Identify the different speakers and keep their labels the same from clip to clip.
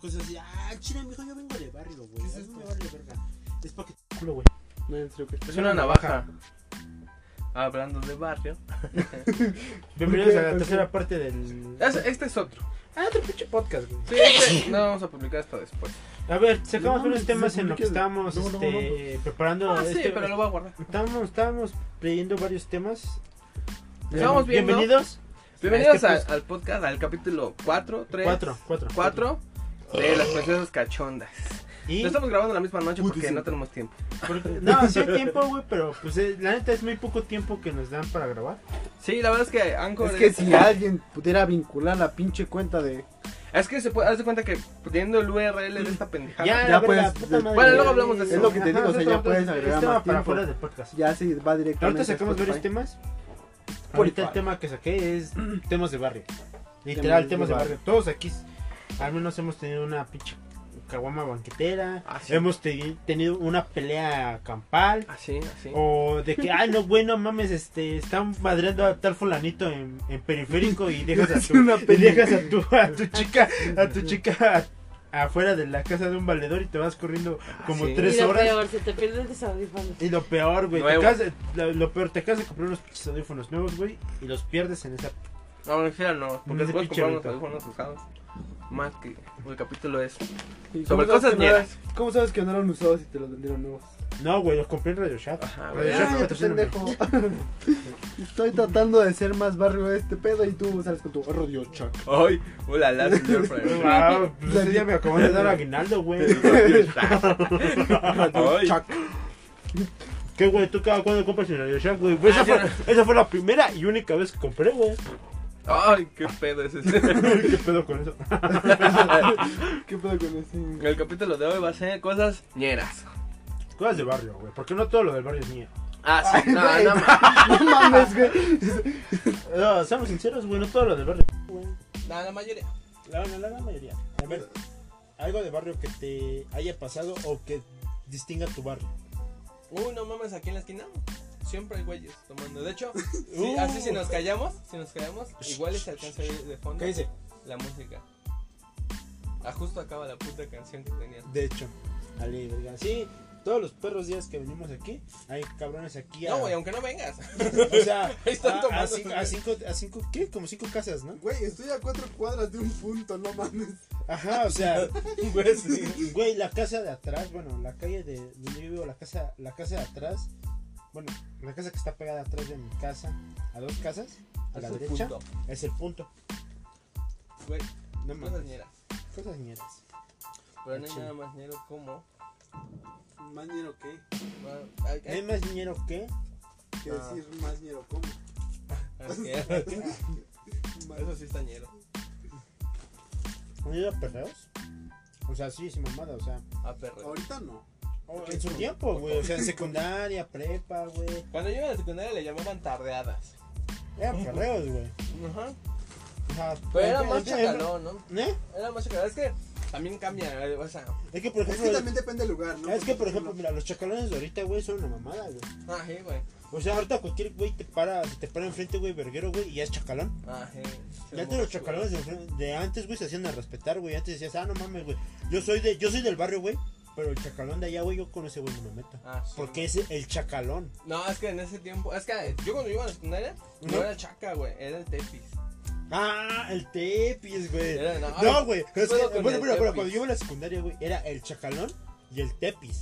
Speaker 1: cosas así. Ah, chile, mijo, yo vengo de barrio, güey.
Speaker 2: ¿Qué es
Speaker 1: a mí
Speaker 2: esto?
Speaker 1: me vale verga. Es para que te culo, güey. No, en serio,
Speaker 3: Es una navaja. Hablando de barrio.
Speaker 2: Bienvenidos a la tercera parte del.
Speaker 3: Es- Este es otro.
Speaker 2: Ah, otro pinche podcast, güey.
Speaker 3: Sí, este no vamos a publicar hasta después.
Speaker 2: A ver, sacamos
Speaker 1: No,
Speaker 2: unos
Speaker 1: no,
Speaker 2: temas
Speaker 1: se
Speaker 2: en los que
Speaker 1: publica-
Speaker 2: estábamos
Speaker 1: no, no,
Speaker 2: este, preparando.
Speaker 3: Ah, sí,
Speaker 2: este-
Speaker 3: pero lo voy a guardar.
Speaker 2: estábamos, estábamos leyendo varios temas.
Speaker 3: Estábamos viendo-
Speaker 2: Bienvenidos.
Speaker 3: Bienvenidos
Speaker 2: este
Speaker 3: a-
Speaker 2: post-
Speaker 3: al podcast, al capítulo 4, 3,
Speaker 2: Cuatro, cuatro.
Speaker 3: 4 de las princesas cachondas.
Speaker 2: Y
Speaker 3: Lo estamos grabando la misma noche porque
Speaker 1: Putísimo.
Speaker 3: no tenemos tiempo.
Speaker 2: porque- no, sí hay tiempo, güey, pero pues eh, la neta es muy poco tiempo que nos dan para grabar.
Speaker 3: Sí, la verdad es que Anchor
Speaker 4: Es que si alguien pudiera vincular la pinche cuenta de.
Speaker 3: es que se puede, haz de cuenta que poniendo el URL de esta pendejada.
Speaker 2: Ya,
Speaker 4: Ya
Speaker 2: la verga,
Speaker 4: puedes-
Speaker 2: puta madre,
Speaker 3: Bueno, luego
Speaker 2: ya,
Speaker 3: hablamos de
Speaker 2: eh,
Speaker 3: eso.
Speaker 4: Es lo que te
Speaker 2: ajá,
Speaker 4: digo, o sea,
Speaker 2: nosotros-
Speaker 4: ya puedes
Speaker 2: es
Speaker 4: agregar
Speaker 2: tema
Speaker 4: más
Speaker 2: para
Speaker 4: tiempo.
Speaker 2: fuera del podcast.
Speaker 4: Ya se va directamente.
Speaker 2: Ahorita
Speaker 4: a
Speaker 2: sacamos varios
Speaker 4: Spotify.
Speaker 2: temas.
Speaker 4: Spotify.
Speaker 2: Ahorita el tema que saqué es temas de barrio. Literal, temas de barrio. Todos aquí, al menos hemos tenido una pinche caguama banquetera.
Speaker 3: Ah, sí. Ah,
Speaker 2: Hemos te- tenido una pelea campal.
Speaker 3: Así, así.
Speaker 2: O de que, ay, no, bueno, mames, este, están madreando a tal fulanito en, en periférico y dejas a tu,
Speaker 4: Una
Speaker 2: y
Speaker 4: peli-
Speaker 2: dejas a tu, a tu chica, a tu chica afuera de la casa de un valedor y te vas corriendo como
Speaker 3: sí.
Speaker 2: tres
Speaker 5: y lo
Speaker 2: horas.
Speaker 5: peor, se te pierden tus audífonos.
Speaker 2: Y lo peor, güey, te
Speaker 3: Nuevo.
Speaker 2: acabas de- lo, lo peor, te acabas de comprar unos pinches audífonos nuevos, güey, y los pierdes en esa...
Speaker 3: No, me refiero no, porque
Speaker 2: Mm,
Speaker 3: se puede
Speaker 2: pinche
Speaker 3: comprar unos
Speaker 2: ahorita.
Speaker 3: audífonos usados. Más que el capítulo es
Speaker 4: ¿Y
Speaker 3: sobre
Speaker 4: cómo sabes
Speaker 3: cosas
Speaker 4: que no eran-
Speaker 3: ñeras.
Speaker 4: ¿Cómo sabes que no eran usados y te los vendieron nuevos?
Speaker 2: No, güey, los compré en Radio Shack.
Speaker 3: Ajá,
Speaker 2: Radio
Speaker 3: güey.
Speaker 2: Shack,
Speaker 4: Ay,
Speaker 2: patrocíname.
Speaker 4: pendejo. Estoy tratando de ser más barrio de este pedo y tú sales con tu radio chac.
Speaker 3: Ay, hola, la señor Frank.
Speaker 2: Wow, pues ese día me acabó de dar aguinaldo, güey.
Speaker 3: Ay.
Speaker 4: Chac.
Speaker 2: ¿Qué, güey? ¿Tú cada cuándo compras en Radio Shack, güey? Pues, Esa,
Speaker 3: Ah,
Speaker 2: fue,
Speaker 3: ya
Speaker 2: esa fue la primera y única vez que compré, güey.
Speaker 3: Ay, qué pedo es este. ese.
Speaker 2: ¿Qué pedo con eso?
Speaker 4: ¿Qué pedo con ese?
Speaker 3: El capítulo de hoy va a ser cosas ñeras.
Speaker 2: Cosas de barrio, güey. Porque no todo lo del barrio es mío.
Speaker 3: Ah, sí, no,
Speaker 4: Ay,
Speaker 3: no,
Speaker 4: No mames, güey.
Speaker 2: No, seamos sinceros, güey. No todo lo del barrio.
Speaker 3: no, la mayoría.
Speaker 2: La, la, la gran mayoría. A ver, algo de barrio que te haya pasado o que distinga tu barrio.
Speaker 3: Uy, Uh, no mames, aquí en la esquina siempre hay güeyes tomando. De hecho, si-
Speaker 2: Uh.
Speaker 3: así si nos callamos, si nos callamos, igual y se alcanza a oír de fondo
Speaker 2: ¿Qué dice?
Speaker 3: la música. Ah, justo acaba la puta canción que tenías.
Speaker 2: De hecho, Ale, verga. Sí, todos los perros días que venimos aquí, hay cabrones aquí. A,
Speaker 3: No, güey, aunque no vengas.
Speaker 2: O sea,
Speaker 3: Están
Speaker 2: a- a,
Speaker 3: tomando.
Speaker 2: cinco, a cinco, a cinco, ¿qué? Como cinco casas, ¿no?
Speaker 4: Güey, estoy a cuatro cuadras de un punto, no mames.
Speaker 2: Ajá, o sea,
Speaker 3: Güey, sí.
Speaker 2: güey, la casa de atrás, bueno, la calle de donde yo vivo, la casa, la casa de atrás, bueno, la casa que está pegada atrás de mi casa, a dos casas, a la
Speaker 3: Es un
Speaker 2: derecha,
Speaker 3: punto.
Speaker 2: es el punto.
Speaker 3: Güey,
Speaker 2: No
Speaker 3: cosas
Speaker 2: mames,
Speaker 3: ñeras.
Speaker 2: cosas ñeras.
Speaker 3: Pero no hay
Speaker 2: Sí.
Speaker 3: nada más ñero como.
Speaker 1: ¿Más ñero qué?
Speaker 3: Bueno, hay-
Speaker 2: ¿Hay
Speaker 3: hay-
Speaker 2: más dinero que?
Speaker 4: ¿Qué
Speaker 3: Ah.
Speaker 4: decir más ñero cómo?
Speaker 3: hay que- Eso sí está ñero.
Speaker 2: ¿Han ido a perreos? O sea, sí, sin mamada, o sea,
Speaker 3: A perro.
Speaker 4: Ahorita no.
Speaker 2: o- en su tiempo, güey, o sea, en secundaria, prepa, güey,
Speaker 3: Cuando yo iba a la secundaria le llamaban tardeadas.
Speaker 2: eran perreos, güey.
Speaker 3: Ajá.
Speaker 2: O sea,
Speaker 3: Pero era
Speaker 2: en-
Speaker 3: más
Speaker 2: en- en-
Speaker 3: chacalón, ¿no?
Speaker 2: ¿Eh?
Speaker 3: Era más chacalón. Es que también cambia, eh, o sea.
Speaker 2: Es que, por
Speaker 4: Es
Speaker 2: ejemplo,
Speaker 4: que también depende del lugar, ¿no?
Speaker 2: es que, por ejemplo, mira, los chacalones de ahorita, güey, son una mamada, güey.
Speaker 3: Ah, sí, güey.
Speaker 2: O sea, ahorita cualquier güey te para, se te para enfrente, güey, verguero, güey, y ya es chacalón.
Speaker 3: Ah, sí.
Speaker 2: Ya antes los chacalones de, enfren- de antes, güey, se hacían a respetar, güey. Antes decías, ah, no mames, güey. Yo soy de, yo soy del barrio, güey. Pero el chacalón de allá, güey, yo con ese güey no me meto.
Speaker 3: Ah, sí.
Speaker 2: Porque es el chacalón.
Speaker 3: No, es que en ese tiempo. Es que yo cuando iba a la secundaria no
Speaker 2: Ujú.
Speaker 3: era chaca, güey. Era el tepis.
Speaker 2: Ah, el tepis, güey.
Speaker 3: Era- no,
Speaker 2: No, güey. es
Speaker 3: puedo
Speaker 2: que-
Speaker 3: con
Speaker 2: bueno,
Speaker 3: el
Speaker 2: pero, pero
Speaker 3: tepis.
Speaker 2: cuando yo iba a la secundaria, güey, era el chacalón y el tepis.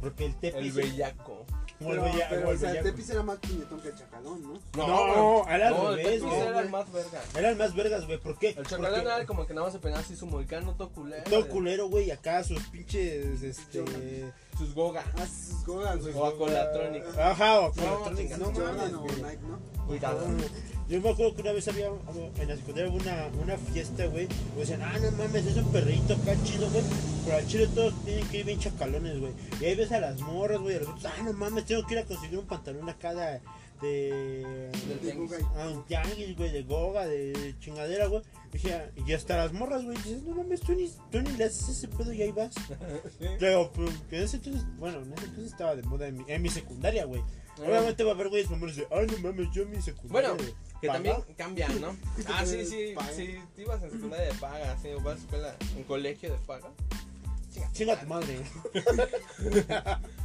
Speaker 2: Porque el tepis.
Speaker 3: El bellaco.
Speaker 2: o el
Speaker 4: Pero,
Speaker 2: bella-
Speaker 4: pero,
Speaker 2: o
Speaker 4: o
Speaker 2: el
Speaker 4: sea,
Speaker 2: bellaco.
Speaker 4: Tepis era más puñetón que el chacalón, ¿no?
Speaker 2: No,
Speaker 3: güey.
Speaker 2: era al
Speaker 3: No, el
Speaker 2: revés,
Speaker 3: tepis
Speaker 2: güey.
Speaker 3: era el más verga.
Speaker 2: Eran más vergas, güey. ¿Por qué?
Speaker 3: El
Speaker 2: Porque-
Speaker 3: chacalón era como que nada más se peinaba así su moicano todo culero.
Speaker 2: Todo culero, güey, acá sus pinches, este...
Speaker 3: Sus goga.
Speaker 4: Ah, sus gogas, güey.
Speaker 3: O acolatronic.
Speaker 2: Ajá, o con
Speaker 3: No,
Speaker 2: la trónica,
Speaker 3: chingas,
Speaker 2: no
Speaker 4: Jordan
Speaker 2: mames,
Speaker 4: o
Speaker 2: güey.
Speaker 4: Nike, ¿no?
Speaker 3: Cuidado.
Speaker 2: Ah, Yo me acuerdo que una vez había, en la secundaria hubo una, una fiesta, güey, y decían, ah, no mames, es un perrito acá chido, güey, pero al chile todos tienen que ir bien chacalones, güey. Y ahí ves a las morras, güey, y a los otros, ah, no mames, tengo que ir a conseguir un pantalón acá de... de
Speaker 3: Del
Speaker 4: De
Speaker 3: tianguis.
Speaker 4: goga.
Speaker 2: a un tianguis, güey, de goga, de chingadera, güey. Y dije, Y hasta las morras, güey, dices, no mames, tú ni, tú ni le haces ese pedo y ahí vas.
Speaker 3: Sí.
Speaker 2: Pero, pues, que en ese entonces, bueno, en ese entonces estaba de moda en mi, en mi secundaria, güey. Obviamente va a haber güeyes mamones de, ay, no mames, yo mi secundaria.
Speaker 3: Ah. Bueno,
Speaker 2: de
Speaker 3: Que
Speaker 2: paga".
Speaker 3: también cambian, ¿no? Ah, sí, sí,
Speaker 1: Paga.
Speaker 3: sí, te ibas a secundaria de paga, sí, o vas a escuela, un colegio de paga.
Speaker 2: Chinga tu madre.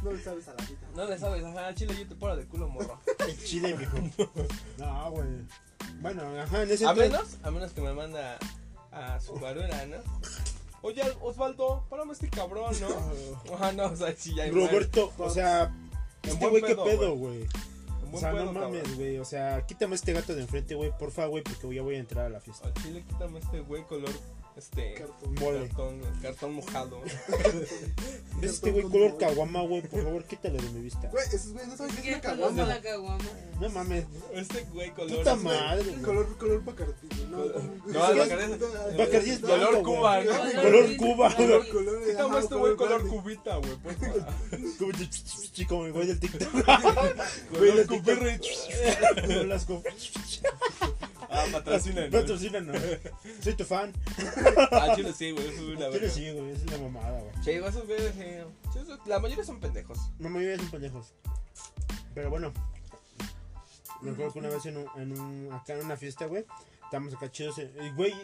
Speaker 1: No le sabes a la vida.
Speaker 3: No le sabes, ajá, al chile yo te paro de culo, morro.
Speaker 2: El chile, mijo. No, güey. Bueno, ajá, en ese
Speaker 3: A
Speaker 2: entonces-
Speaker 3: menos, a menos que me manda a su barona, ¿no? Oye, Osvaldo, párame este cabrón, ¿no? Ajá, no, o sea, sí, ya igual.
Speaker 2: Roberto, o sea,
Speaker 3: En
Speaker 2: este
Speaker 3: buen
Speaker 2: güey, ¿qué
Speaker 3: pedo,
Speaker 2: pedo, güey?
Speaker 3: En
Speaker 2: O
Speaker 3: buen
Speaker 2: sea,
Speaker 3: pedo,
Speaker 2: no mames,
Speaker 3: cabrón.
Speaker 2: güey. O sea, quítame este gato de enfrente, güey. Porfa, güey, porque ya voy a entrar a la fiesta.
Speaker 3: Al chile quítame este güey color, este,
Speaker 2: Mole.
Speaker 3: cartón, cartón mojado.
Speaker 2: ¿Ves este güey color caguama, güey? Por favor, quítalo de mi vista.
Speaker 1: Güey, esos güeyes no saben qué es
Speaker 5: ¿Qué
Speaker 1: una caguama.
Speaker 5: la caguama?
Speaker 2: No mames.
Speaker 3: Este güey color.
Speaker 2: Puta madre, güey.
Speaker 1: Color, color Bacardi. No,
Speaker 3: No, Bacardi es-
Speaker 2: Bacardi es
Speaker 3: Color
Speaker 2: blanco,
Speaker 3: Cuba,
Speaker 2: güey.
Speaker 3: ¿no?
Speaker 2: Color Cuba,
Speaker 5: Color-
Speaker 2: güey.
Speaker 1: Color de-
Speaker 3: Quítame
Speaker 1: ajá,
Speaker 3: este güey color
Speaker 1: verde.
Speaker 3: cubita, güey, porfa.
Speaker 2: Como de ch- ch- ch- Como el güey del TikTok. Güey,
Speaker 3: Color
Speaker 2: los TikTok.
Speaker 3: cubirri.
Speaker 2: Como las co-
Speaker 3: Ah, patrocinan. güey.
Speaker 2: Patrocínanos. Soy tu fan.
Speaker 3: Ah, chile sí, güey, fue una
Speaker 2: Yo le
Speaker 3: verga.
Speaker 2: sigo, güey. Es la mamada, güey.
Speaker 3: Che, vas a ver, eh, sí, sí, la mayoría son pendejos.
Speaker 2: No me vives son pendejos. Pero bueno. Me acuerdo que una vez en un, en un- acá en una fiesta, güey. Estábamos acá chidos. eh, Y, güey,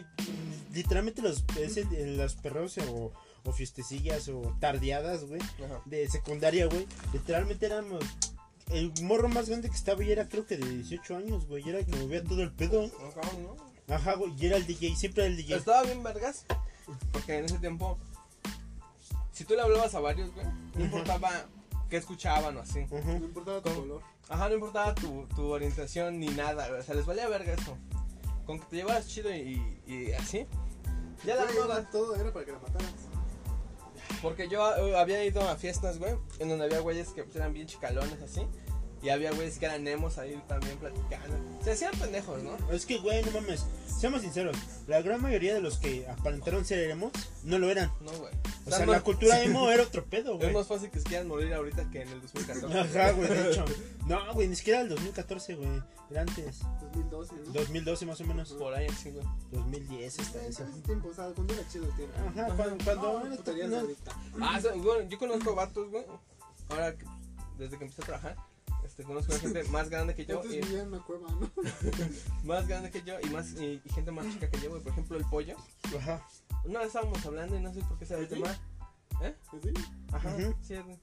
Speaker 2: literalmente los, ese, eh, las perros o, o fiestecillas o tardeadas, güey.
Speaker 3: Ajá.
Speaker 2: De secundaria, güey. Literalmente éramos... El morro más grande que estaba y era creo que de 18 años, güey. y era el que movía todo el pedo.
Speaker 3: Ajá, ¿no?
Speaker 2: Ajá, güey. Y era el DJ. Siempre era el DJ.
Speaker 3: Estaba bien vergas. Porque en ese tiempo, si tú le hablabas a varios, güey, no importaba qué escuchaban o así.
Speaker 2: Ajá.
Speaker 1: No importaba tu
Speaker 3: ¿Cómo?
Speaker 1: color.
Speaker 3: Ajá, no importaba tu, tu orientación ni nada, güey. O sea, les valía verga eso. Con que te llevaras chido y, y así. Ya la
Speaker 1: Güey,
Speaker 3: armabas.
Speaker 1: era todo era para que la mataras.
Speaker 3: Porque yo eh, había ido a fiestas, güey, en donde había güeyes que pues, eran bien chicalones así. Y había güeyes que eran emos ahí también platicando. Se hacían pendejos, ¿no?
Speaker 2: Es que, güey, no mames. Seamos sinceros. La gran mayoría de los que aparentaron ser emos no lo eran.
Speaker 3: No, güey.
Speaker 2: O
Speaker 3: Las
Speaker 2: sea,
Speaker 3: más-
Speaker 2: la cultura emo era otro pedo,
Speaker 3: Es
Speaker 2: güey.
Speaker 3: más fácil que se quieran morir ahorita que en el 2014.
Speaker 2: Ajá, güey, de hecho. No, güey, ni siquiera el 2014, güey. Era antes.
Speaker 1: 2012, ¿no?
Speaker 2: 2012 más o menos.
Speaker 3: Por ahí así, güey.
Speaker 2: 2010 está
Speaker 1: Eh,
Speaker 2: eso.
Speaker 1: ese tiempo, o sea, cuando era chido el tiempo.
Speaker 2: Ajá, cuando... cuando
Speaker 1: No,
Speaker 2: no,
Speaker 1: putarías
Speaker 2: no,
Speaker 1: ahorita.
Speaker 3: Ah, o sea, bueno, yo conozco vatos, güey. Ahora, que- desde que empecé a trabajar, este, conozco a gente más grande que yo. eh.
Speaker 1: Antes
Speaker 3: Y,
Speaker 1: vivía en una cueva, ¿no?
Speaker 3: más grande que yo y, más, y, y gente más chica que yo, güey. Por ejemplo, el pollo.
Speaker 2: Ajá.
Speaker 3: Una vez estábamos hablando y no sé por qué se el
Speaker 1: ¿Sí?
Speaker 3: tema.
Speaker 1: ¿Sí?
Speaker 3: Ajá,
Speaker 2: Ujú.
Speaker 3: sí. le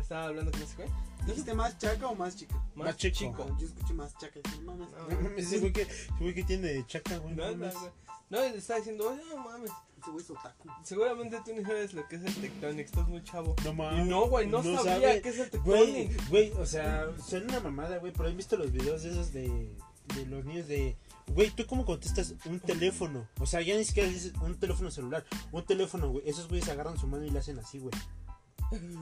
Speaker 3: Estaba hablando con ese güey.
Speaker 1: ¿Dijiste más chaca o más chica?
Speaker 3: Más,
Speaker 2: Más
Speaker 3: chico.
Speaker 2: chico.
Speaker 1: No, yo escuché más chaca y dije, no mames.
Speaker 3: No,
Speaker 2: No mames, ese güey que, ese güey que tiene de chaca, güey. no
Speaker 3: Nada,
Speaker 2: mames.
Speaker 3: güey. No, y le estaba diciendo, oye, no mames.
Speaker 1: Ese güey es otaku.
Speaker 3: Seguramente tú no sabes lo que es el Tectonic, estás muy chavo.
Speaker 2: No
Speaker 3: Y
Speaker 2: mames.
Speaker 3: no, güey, no, sabía
Speaker 2: sabe.
Speaker 3: qué es el
Speaker 2: Güey,
Speaker 3: Tectonic.
Speaker 2: güey, o sea, suena una mamada, güey, pero he visto los videos de esos de, de los niños de... Güey, ¿tú cómo contestas un teléfono? O sea, ya ni siquiera dices un teléfono celular, un teléfono, güey. Esos güeyes agarran su mano y la hacen así, güey.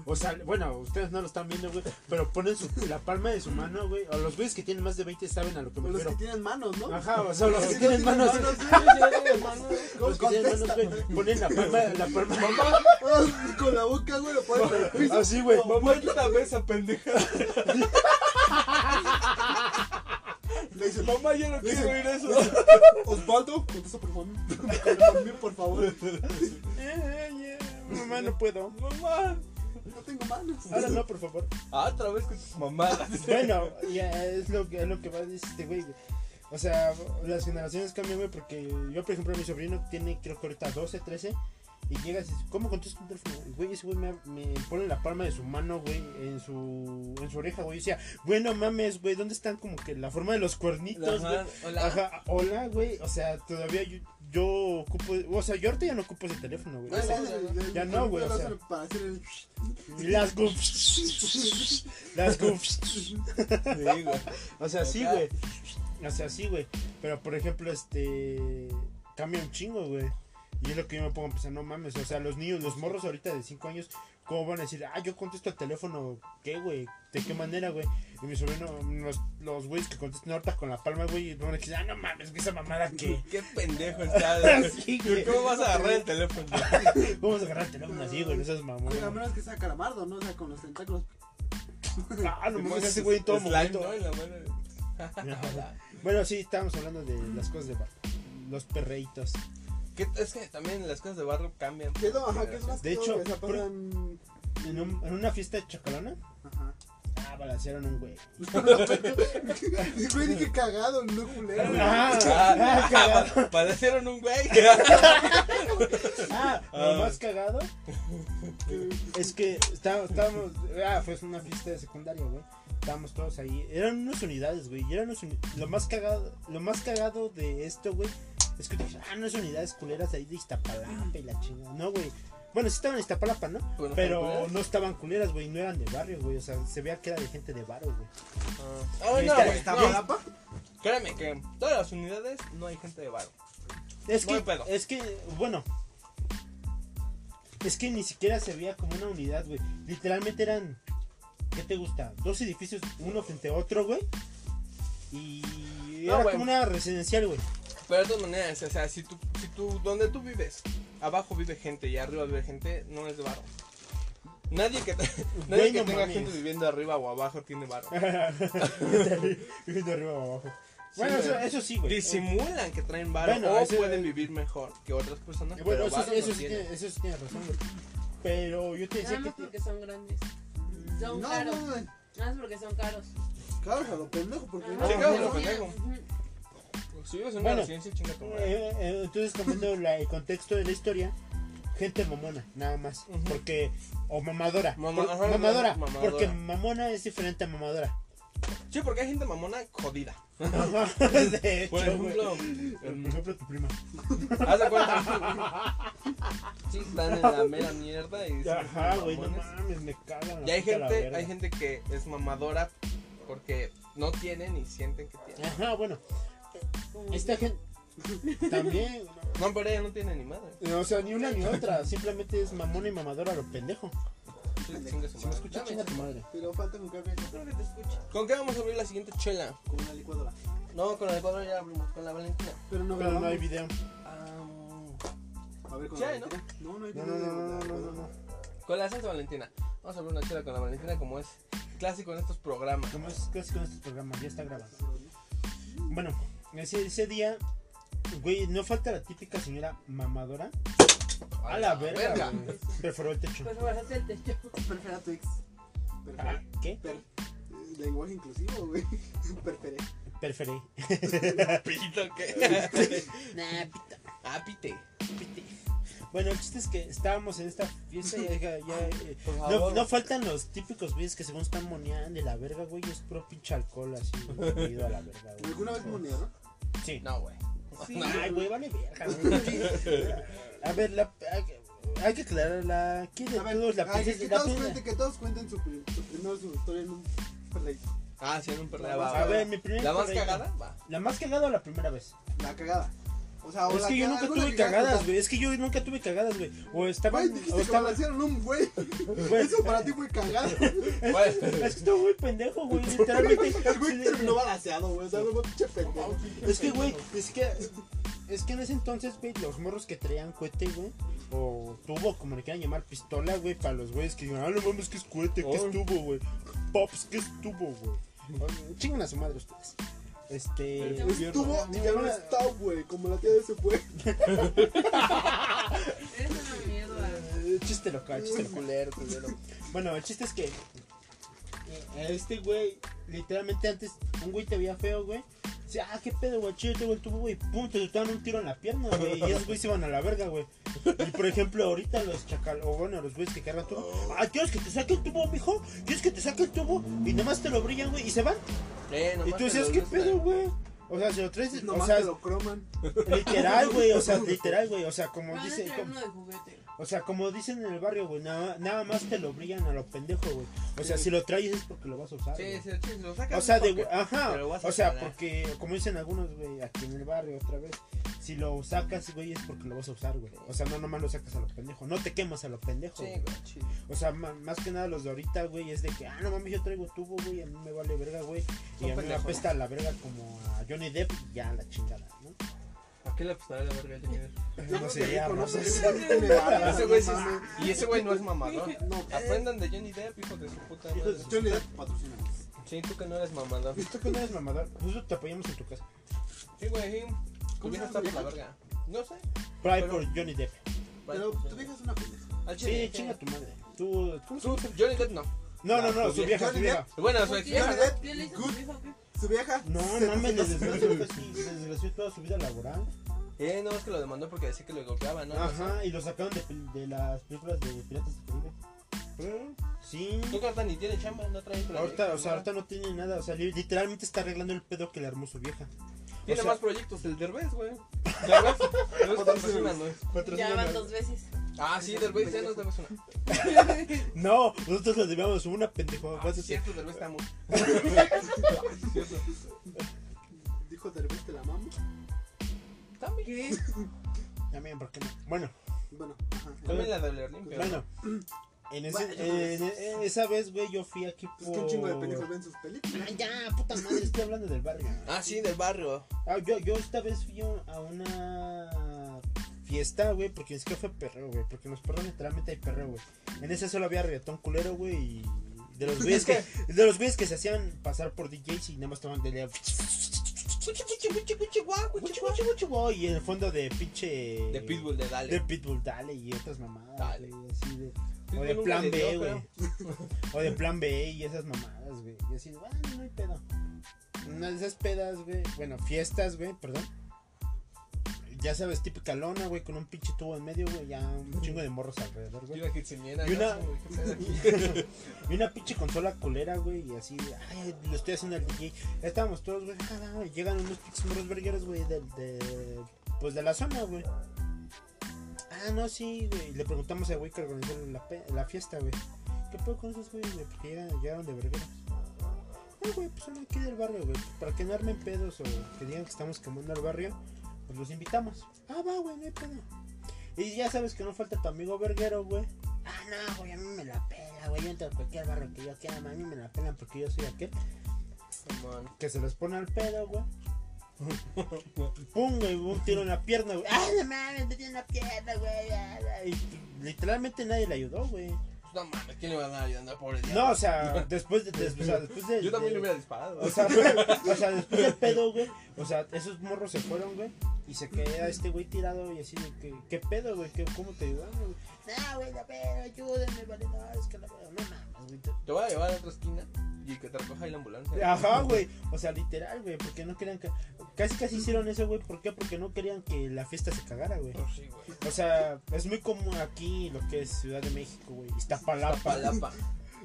Speaker 2: O sea, bueno, ustedes no lo están viendo, güey, pero ponen su- la palma de su mano, güey. O los güeyes que tienen más de 20 saben a lo que
Speaker 1: O
Speaker 2: me
Speaker 1: los que
Speaker 2: refiero.
Speaker 1: tienen manos, ¿no?
Speaker 2: Ajá, o sea, los
Speaker 1: Si
Speaker 2: que
Speaker 1: no
Speaker 2: tienen manos... Los
Speaker 1: manos,
Speaker 2: que tienen manos, güey, ponen la palma, la palma
Speaker 1: Mamá, con la boca, güey, lo pones en el piso.
Speaker 2: así, güey.
Speaker 3: Mamá, quítame esa pendeja.
Speaker 1: Le dices, "No,
Speaker 3: Mamá, ya no
Speaker 1: Dice-
Speaker 3: quiero oír eso.
Speaker 1: Osvaldo, contesta por favor. Por mí, por favor.
Speaker 2: Eh, Mamá, no puedo.
Speaker 3: Mamá.
Speaker 1: No tengo manos.
Speaker 2: Ahora no, por favor.
Speaker 3: Ah, otra vez con tus mamadas.
Speaker 2: Bueno, ya es lo que, es lo que va a decir este güey, güey. O sea, las generaciones cambian, güey, porque yo, por ejemplo, mi sobrino tiene, creo que ahorita 12, 13, y llegas y dices, ¿cómo contestas un teléfono? Y, Güey, ese güey me, me pone la palma de su mano, güey, en su, en su oreja, güey. Y decía, güey, no mames, güey, ¿dónde están como que la forma de los cuernitos, güey?
Speaker 3: Ajá, hola.
Speaker 2: Ajá, hola, güey. O sea, todavía yo, yo ocupo, o sea, yo ahorita ya no ocupo ese teléfono, güey.
Speaker 3: No,
Speaker 2: O sea, Ya no, güey, o
Speaker 1: Lo
Speaker 2: sea.
Speaker 1: hacen Para hacer el.
Speaker 2: y Las go- Las go-
Speaker 3: Sí, güey.
Speaker 2: O sea, sí,
Speaker 3: Ajá.
Speaker 2: güey. O sea, sí, güey. Pero por ejemplo, este. Cambia un chingo, güey. Y es lo que yo me pongo a pensar, no mames. O sea, los niños, los morros ahorita de 5 años, ¿cómo van a decir, ah, yo contesto el teléfono? ¿Qué, güey? ¿De qué manera, güey? Y mi sobrino, los, los güeyes que contestan ahorita con la palma, güey, van a decir, ah, no mames, que esa mamada que.
Speaker 3: Qué pendejo estás.
Speaker 2: Sí, güey.
Speaker 3: ¿Cómo vas a agarrar el teléfono?
Speaker 2: Vamos a agarrar el teléfono así, güey, esas
Speaker 1: Oye, A
Speaker 2: mamadas.
Speaker 1: menos que sea calamardo, ¿no? O sea, con los tentáculos.
Speaker 2: Ah, no mames, ese güey en todo
Speaker 3: Slime,
Speaker 2: momento.
Speaker 3: ¿no? En la mano. Hola.
Speaker 2: Bueno, sí, estábamos hablando de las cosas de bar- los perreitos.
Speaker 3: Que- Es que también las cosas de barro cambian.
Speaker 1: ¿Qué es lo- ajá, qué es más
Speaker 2: De
Speaker 1: que todo,
Speaker 2: hecho,
Speaker 1: o sea,
Speaker 2: por-
Speaker 1: pasan-
Speaker 2: En, un- en una fiesta de chacalona,
Speaker 1: Ajá.
Speaker 2: Ah, ah, balacearon a un güey.
Speaker 1: Güey, dije cagado, no culero. güey.
Speaker 2: Ah, ah,
Speaker 3: Ah,
Speaker 2: cagado.
Speaker 3: pa- Padecieron un güey.
Speaker 2: Ah,
Speaker 3: Ah.
Speaker 2: lo más cagado es que está- estábamos, ah, fue una fiesta de secundaria, güey. Estábamos todos ahí. Eran unas unidades, güey. y Eran unas uni- lo más cagado, lo más cagado de esto, güey, es que dije, ah, no es unidades culeras ahí de Iztapalapa y la chingada. No, güey. Bueno, sí estaban en Iztapalapa, ¿no?
Speaker 3: Bueno,
Speaker 2: Pero
Speaker 3: ¿culeras?
Speaker 2: no estaban culeras, güey, no eran de barrio, güey. O sea, se veía que era de gente de barrio, güey.
Speaker 3: Ah, no,
Speaker 2: Este,
Speaker 3: güey,
Speaker 1: ¿Está
Speaker 3: no.
Speaker 1: barapa?
Speaker 3: Créeme que todas las unidades no hay gente de barro.
Speaker 2: Es
Speaker 3: No
Speaker 2: que,
Speaker 3: hay pedo.
Speaker 2: es que, bueno. Es que ni siquiera se veía como una unidad, güey. Literalmente eran, ¿qué te gusta? Dos edificios, uno frente a otro, güey. Y
Speaker 3: No,
Speaker 2: era
Speaker 3: güey.
Speaker 2: como una residencial, güey.
Speaker 3: Pero de todas maneras, o sea, si tú, si tú, donde tú vives, abajo vive gente y arriba vive gente, no es de barro. Nadie que, te- nadie
Speaker 2: Güey,
Speaker 3: que
Speaker 2: no
Speaker 3: tenga
Speaker 2: mames. Ah,
Speaker 3: gente viviendo arriba o abajo tiene barro.
Speaker 2: De arriba abajo. Bueno,
Speaker 3: Sí,
Speaker 2: eso,
Speaker 3: güey.
Speaker 2: eso sí, güey.
Speaker 3: Disimulan que traen barro
Speaker 2: Bueno,
Speaker 3: o
Speaker 2: ese-
Speaker 3: pueden vivir mejor que otras personas.
Speaker 2: Eh, Bueno,
Speaker 3: pero
Speaker 2: eso,
Speaker 3: varo
Speaker 2: sí- eso
Speaker 3: no
Speaker 2: sí
Speaker 3: tienen.
Speaker 2: tiene, eso sí tiene razón, güey. Pero yo te
Speaker 5: Nada
Speaker 2: decía
Speaker 5: más
Speaker 2: que...
Speaker 5: porque son grandes.
Speaker 1: No,
Speaker 5: Son
Speaker 1: no,
Speaker 5: caros.
Speaker 1: no.
Speaker 5: Nada más porque son caros.
Speaker 1: Claro, a lo pendejo, porque
Speaker 5: Ajá.
Speaker 1: no.
Speaker 3: Ah. Sí, claro, lo
Speaker 1: no,
Speaker 3: pendejo.
Speaker 5: Ujú.
Speaker 3: Si vives en una
Speaker 2: Bueno.
Speaker 3: residencia, chinga tu madre.
Speaker 2: Eh, eh, entonces, cambiando la- el contexto de la historia, gente mamona, nada más.
Speaker 3: Ujú.
Speaker 2: Porque. O mamadora.
Speaker 3: Mama-
Speaker 2: por-
Speaker 3: ajá,
Speaker 2: mamadora,
Speaker 3: mamadora.
Speaker 2: Porque mamona es diferente a mamadora.
Speaker 3: Sí, porque hay gente mamona jodida.
Speaker 2: de hecho,
Speaker 3: Por
Speaker 2: güey.
Speaker 3: ejemplo,
Speaker 2: Por
Speaker 3: em,
Speaker 2: ejemplo, tu prima.
Speaker 3: haz de cuenta. Sí, están en la mera mierda y dicen que son
Speaker 2: Ajá, güey, no
Speaker 3: mamones.
Speaker 2: mames, me cagan.
Speaker 3: Y hay gente, hay gente que es mamadora porque no tienen y sienten que tienen.
Speaker 2: Ajá, bueno.
Speaker 5: Como-
Speaker 2: Esta gente. También.
Speaker 3: No, pero ella no tiene ni madre.
Speaker 2: no, O sea, ni una ni otra. Simplemente es mamona y mamadora a lo pendejo.
Speaker 3: Sí, chinga su
Speaker 2: Si me
Speaker 3: madre.
Speaker 2: escuchas,
Speaker 3: Dame.
Speaker 2: chinga tu madre.
Speaker 1: Pero falta con café
Speaker 5: Creo que te escucha.
Speaker 3: ¿Con qué vamos a abrir la siguiente chela?
Speaker 1: con una licuadora.
Speaker 3: No, con el cuadro ya abrimos, con la Valentina.
Speaker 1: Pero no,
Speaker 2: Pero no hay
Speaker 1: grabamos.
Speaker 2: video.
Speaker 1: A ver, con
Speaker 3: Sí
Speaker 1: la
Speaker 3: hay, ¿no?
Speaker 1: letra. No, no hay
Speaker 2: No,
Speaker 1: video
Speaker 2: no,
Speaker 1: de-
Speaker 2: no, no, no, no. no.
Speaker 3: Con la Santa Valentina. Vamos a abrir una chela con la Valentina como es clásico en estos programas.
Speaker 2: Como es clásico en estos programas, ya está grabado. Bueno, ese, ese día, güey, no falta la típica señora mamadora. A la verga.
Speaker 1: verga.
Speaker 2: güey. Perforó el techo.
Speaker 5: Pues abrazaste el techo.
Speaker 1: Perfera tu ex. Perfera.
Speaker 2: Ah, ¿Qué?
Speaker 1: Per- lenguaje inclusivo, güey. Perferé.
Speaker 2: Perforé.
Speaker 3: ¿Pito qué?
Speaker 2: Nah, pita,
Speaker 3: ah, pite.
Speaker 2: pite. Bueno, el chiste es que estábamos en esta fiesta y ya, ya, eh,
Speaker 3: Por
Speaker 2: no,
Speaker 3: favor.
Speaker 2: no faltan los típicos güeyes que según están moneando de la verga, güey, es pro pinche alcohol así, ido a la verga, güey.
Speaker 1: ¿Alguna vez monearon?
Speaker 2: Sí.
Speaker 3: No, güey. No.
Speaker 2: Ay, güey, vale verga, güey. A ver, la, hay, que- hay que aclararla. ¿Quién de
Speaker 1: A ver,
Speaker 2: todos la
Speaker 1: ay, que,
Speaker 2: princesa?
Speaker 1: que
Speaker 2: la
Speaker 1: todos
Speaker 2: princesa-
Speaker 1: cuenten, que todos cuenten su, pri- su primero su historia en un perreíto.
Speaker 3: Ah, sí, en un perreo.
Speaker 1: La
Speaker 3: va,
Speaker 1: más-
Speaker 3: va,
Speaker 2: A
Speaker 3: va.
Speaker 2: ver, mi primera
Speaker 3: ¿La más
Speaker 2: historia.
Speaker 3: cagada? Va.
Speaker 2: La más cagada o la primera vez.
Speaker 1: La cagada. O sea, o
Speaker 2: es
Speaker 1: la
Speaker 2: que yo
Speaker 1: cagada-
Speaker 2: nunca
Speaker 1: alguna
Speaker 2: tuve
Speaker 1: que quieras
Speaker 2: cagadas,
Speaker 1: contar.
Speaker 2: güey. Es que yo nunca tuve cagadas, güey. O estaban.
Speaker 1: Güey, dijiste
Speaker 2: O
Speaker 1: que
Speaker 2: estaban
Speaker 1: balancearon un güey.
Speaker 2: güey,
Speaker 1: Eso para ti fue cagada.
Speaker 3: Bueno,
Speaker 2: Es que estaba muy pendejo, güey. Literalmente.
Speaker 1: El güey terminó balanceado, güey. O sea, no pinche pendejo.
Speaker 2: Es que, güey, es que. Es que en ese entonces, güey, los morros que traían cohete, güey, o tubo, como le quieran llamar, pistola, güey, para los güeyes que digan, ah, no mames, que es cohete, que es
Speaker 3: Ay.
Speaker 2: tubo, güey. Pops, que es tubo, güey. Oye, Chingan a su madre ustedes. Este.
Speaker 1: Estuvo y ya no está, güey. Como la tía de ese güey.
Speaker 5: Eres una mierda.
Speaker 2: Eh, Chiste local, chiste culero, culero. Bueno, el chiste es que eh, este güey, literalmente antes, un güey te veía feo, güey. Dice, ah, qué pedo, güey, chido, tengo el tubo, güey. Pum, te soltaban un tiro en la pierna, güey. Y esos güeyes se iban a la verga, güey. Y por ejemplo, ahorita los chacal, o bueno, los güeyes que cargan tubo. Ah, ¿quieres que te saque el tubo, mijo? ¿Quieres que te saque el tubo? Y nomás te lo brillan, güey, y se van.
Speaker 3: eh,
Speaker 2: Y
Speaker 3: nomás
Speaker 2: tú
Speaker 3: te
Speaker 2: dices,
Speaker 3: lo
Speaker 2: ¿qué
Speaker 3: gusta.
Speaker 2: pedo, güey? O sea, se lo traes, o
Speaker 1: Nomás
Speaker 2: sea,
Speaker 1: te lo croman.
Speaker 2: literal, güey, o sea, literal, güey, o sea, como
Speaker 5: Van a
Speaker 2: dice,
Speaker 5: traer
Speaker 2: como-
Speaker 5: uno de juguete.
Speaker 2: o sea, como dicen en el barrio, güey, nada, nada más te lo brillan a lo pendejo, güey. O sea,
Speaker 3: Sí.
Speaker 2: si lo traes es porque lo vas a usar.
Speaker 3: Sí,
Speaker 2: güey.
Speaker 3: sí, sí, lo sacas.
Speaker 2: O sea,
Speaker 3: un
Speaker 2: de,
Speaker 3: toque.
Speaker 2: ajá,
Speaker 3: Pero vas a
Speaker 2: o sea,
Speaker 3: jalar.
Speaker 2: porque, como dicen algunos, güey, aquí en el barrio, otra vez, si lo sacas, güey, es porque lo vas a usar, güey. O sea, no nomás lo sacas a lo pendejo, no te quemas a lo pendejo.
Speaker 3: Sí,
Speaker 2: güey.
Speaker 3: güey, chido.
Speaker 2: O sea, ma- más que nada los de ahorita, güey, es de que, ah, no mames, yo traigo tubo, güey, a mí me vale verga, güey. Y
Speaker 3: Son
Speaker 2: a mí me
Speaker 3: pendejos.
Speaker 2: apesta la verga como a Johnny Depp, y ya la chingada, ¿no?
Speaker 3: ¿A qué le apostará la verga a Johnny Depp?
Speaker 1: Yo
Speaker 2: No
Speaker 1: creo
Speaker 2: sé,
Speaker 1: que
Speaker 2: ya,
Speaker 1: rico,
Speaker 2: no
Speaker 1: no
Speaker 2: sé.
Speaker 1: sé.
Speaker 3: Ese güey sí es- Y ese güey no es mamador.
Speaker 1: No,
Speaker 3: Aprendan de Johnny Depp, hijo de su puta
Speaker 2: Hijo
Speaker 3: madre.
Speaker 2: de su-
Speaker 1: Johnny Depp patrocina.
Speaker 3: Sí, tú que no eres mamador.
Speaker 2: Visto que no eres mamador, nosotros te apoyamos en tu casa.
Speaker 3: Sí, güey, sí. Tu vieja está por la verga. No sé.
Speaker 2: Pero ahí
Speaker 3: Pero-
Speaker 2: por Johnny Depp.
Speaker 1: Pero tú dejas una pendeja.
Speaker 3: Al
Speaker 2: Sí,
Speaker 3: chile.
Speaker 2: chinga tu madre. Tú, ¿cómo se
Speaker 3: Tú,
Speaker 2: llama?
Speaker 3: Johnny Depp no.
Speaker 2: No, no, no, su vieja, su
Speaker 1: Johnny
Speaker 2: vieja.
Speaker 1: Depp,
Speaker 3: Bueno, su
Speaker 5: ¿Por
Speaker 3: ex
Speaker 5: ¿Qué,
Speaker 1: Johnny Depp,
Speaker 5: ¿Qué le hizo a
Speaker 1: good.
Speaker 5: tu vieja o qué?
Speaker 1: su vieja.
Speaker 2: No,
Speaker 1: se-
Speaker 2: mames, le desgració, casi- le desgració toda su vida laboral.
Speaker 3: Eh, no, es que lo demandó porque decía que lo golpeaba, ¿no?
Speaker 2: Ajá, y lo sacaron de, pel- de las películas de Piratas del Caribe. Sí.
Speaker 3: Tu ¿Mm? carta ni tiene chamba, no trae proyecto,
Speaker 2: Ahorita, o sea,
Speaker 3: nada.
Speaker 2: ahorita no tiene nada, o sea, li- literalmente está arreglando el pedo que le armó su vieja.
Speaker 3: Tiene
Speaker 2: o sea-
Speaker 3: más proyectos el Derbez, güey. Derbez, Derbez patrocínanos.
Speaker 5: Ya van dos veces.
Speaker 3: Ah, sí, Derbez ya nos debes una.
Speaker 2: No, nosotros le debíamos una pendejo.
Speaker 3: Ah, sí, cierto, Derbez está muy.
Speaker 4: Dijo de repente la mamo.
Speaker 3: También.
Speaker 5: ¿Qué?
Speaker 2: También, ¿por qué no? Bueno,
Speaker 4: Bueno,
Speaker 3: También la de Oler Limpio.
Speaker 2: bueno. En, ese-
Speaker 4: Bueno,
Speaker 2: en- en- esa vez, güey, yo fui aquí
Speaker 4: es
Speaker 1: Pues
Speaker 2: por...
Speaker 4: que un chingo de
Speaker 2: Oh.
Speaker 4: pendejos ven sus películas.
Speaker 2: Ay, ya, puta madre, estoy hablando del barrio.
Speaker 3: Ah, sí, del barrio.
Speaker 2: Ah, yo, yo esta vez fui a una fiesta, güey, porque es que fue perreo, güey, porque en los perros literalmente hay perreo, güey. En esa solo había reggaetón culero, güey, y de los güeyes que de los güeyes que se hacían pasar por DJs y nada más tomaban de la- y en el fondo de pinche
Speaker 3: De Pitbull, de Dale.
Speaker 2: de Pitbull Dale y otras mamadas,
Speaker 3: Dale.
Speaker 2: güey, así de o
Speaker 3: Pitbull
Speaker 2: de
Speaker 3: nunca
Speaker 2: plan
Speaker 3: le dio,
Speaker 2: B,
Speaker 3: creo.
Speaker 2: güey. O de plan B y esas mamadas, güey. Y así, bueno, no hay pedo. Una de esas pedas, güey. Bueno, fiestas, güey, perdón. Ya sabes, típica lona, güey, con un pinche tubo en medio, güey. Ya un chingo de morros alrededor,
Speaker 3: Yo
Speaker 2: güey.
Speaker 3: iba a Quinceañera,
Speaker 2: Y una-
Speaker 3: ya sé, güey, qué pedo aquí.
Speaker 2: Y una pinche consola culera, güey. Y así, ay, lo estoy haciendo al DJ. Ya estábamos todos, güey. ah, no, y llegan unos pinches morros vergueros, güey, del- de, Pues de la zona, güey. Ah, no, sí, güey. Le preguntamos a güey que organizó la, pe- la fiesta, güey. ¿Qué pedo con esos güeyes, güey? Porque llegan- llegaron de vergueros. No, güey, pues son aquí del barrio, güey. Para que no armen pedos o que digan que estamos quemando al barrio, pues los invitamos. Ah, va, güey, no hay pedo. Y ya sabes que no falta tu amigo verguero, güey. Ah, no, güey, a mí me la pela, güey. Yo entro a cualquier barrio que yo quiera, a mí me la pela porque yo soy aquel
Speaker 3: Simón.
Speaker 2: que se los pone al pedo, güey. Pum, güey, un tiro en la pierna, güey. Ah, no mames, me tiene la pierna, güey. ah, ah, y literalmente nadie le ayudó, güey.
Speaker 3: No mames, ¿quién le va a andar ayudando al pobre
Speaker 2: No,
Speaker 3: diablo?
Speaker 2: o sea, después de. des- o sea, después de
Speaker 3: Yo también
Speaker 2: de-
Speaker 3: le hubiera disparado. ¿eh?
Speaker 2: O sea, güey, o sea, después del pedo, güey. O sea, esos morros se fueron, güey. Y se queda este güey tirado y así de que, ¿qué pedo, güey? ¿Qué- ¿Cómo te ayudaron, güey? No, güey, no, pero ayúdenme, vale, no, es que la veo, no mames, güey. te-
Speaker 3: Te voy a llevar a otra esquina y que te recoja ahí la ambulancia.
Speaker 2: Ajá, güey. O sea, literal, güey. Porque no querían que. Casi, casi hicieron eso, güey. ¿Por qué? Porque no querían que la fiesta se cagara, güey.
Speaker 3: Pues sí, güey.
Speaker 2: O sea, es muy común aquí lo que es Ciudad de México, güey. Iztapalapa.
Speaker 3: Palapa.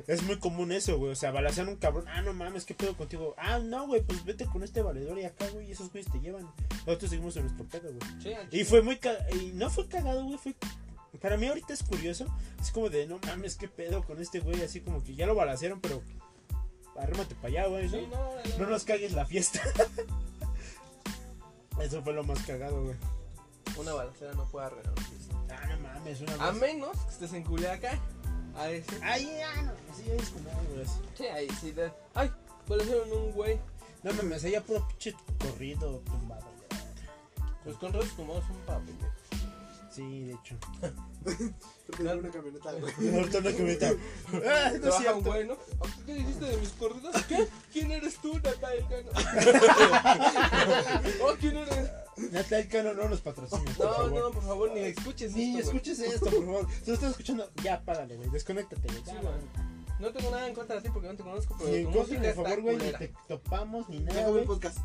Speaker 2: Es muy común eso, güey. O sea, balacean a un cabrón. Ah, no mames, ¿qué pedo contigo? Ah, no, güey. Pues vete con este valedor y acá, güey. Y esos güeyes te llevan. Nosotros seguimos en nuestro pedo, güey.
Speaker 3: Sí, al
Speaker 2: Y
Speaker 3: chile.
Speaker 2: fue muy ca- y no fue cagado, güey, fue para mí ahorita es curioso, es como de no mames, qué pedo con este güey, así como que ya lo balacearon, pero arrímate para allá, güey,
Speaker 3: Sí,
Speaker 2: ¿no?
Speaker 3: no,
Speaker 2: No nos cagues la fiesta. Eso fue lo más cagado, güey.
Speaker 3: Una balacera no puede arruinar un chiste.
Speaker 2: Ah, no mames, una
Speaker 3: A
Speaker 2: vez-
Speaker 3: menos que estés en Culiacán. Ahí sí.
Speaker 2: Ay, ah, no, sí, es como, güey. así.
Speaker 3: Sí, ahí sí. de- Ay, balacearon un güey.
Speaker 2: No mames, allá puro pinche corrido, tumbado. güey.
Speaker 3: Pues con redes tomados un papel.
Speaker 2: Sí, de hecho.
Speaker 4: Creo que era una camioneta, güey.
Speaker 2: Ahorita una camioneta. Ah, no
Speaker 3: Te
Speaker 2: es
Speaker 3: baja un
Speaker 2: cierto.
Speaker 3: güey, ¿no? Ah, ¿Qué dijiste de mis corridas? ¿Qué? ¿Quién eres tú, Natalia? Cano? oh, ¿quién eres?
Speaker 2: Natal Cano no nos patrocina, por
Speaker 3: No,
Speaker 2: favor.
Speaker 3: no, por favor, ni escuches
Speaker 2: Sí,
Speaker 3: esto, güey.
Speaker 2: escuches esto, por favor. Si lo estás escuchando, ya apágale, güey. Desconéctate, güey.
Speaker 3: Sí,
Speaker 2: Ya,
Speaker 3: güey.
Speaker 2: güey.
Speaker 3: No tengo nada en contra de ti porque no te conozco, pero
Speaker 2: Ni
Speaker 3: tu
Speaker 2: en
Speaker 3: música
Speaker 2: contra, por
Speaker 3: está
Speaker 2: favor, güey. Ni
Speaker 3: culera.
Speaker 2: te topamos, ni
Speaker 4: Ya
Speaker 2: nada,
Speaker 4: acabó el
Speaker 2: güey.
Speaker 4: podcast.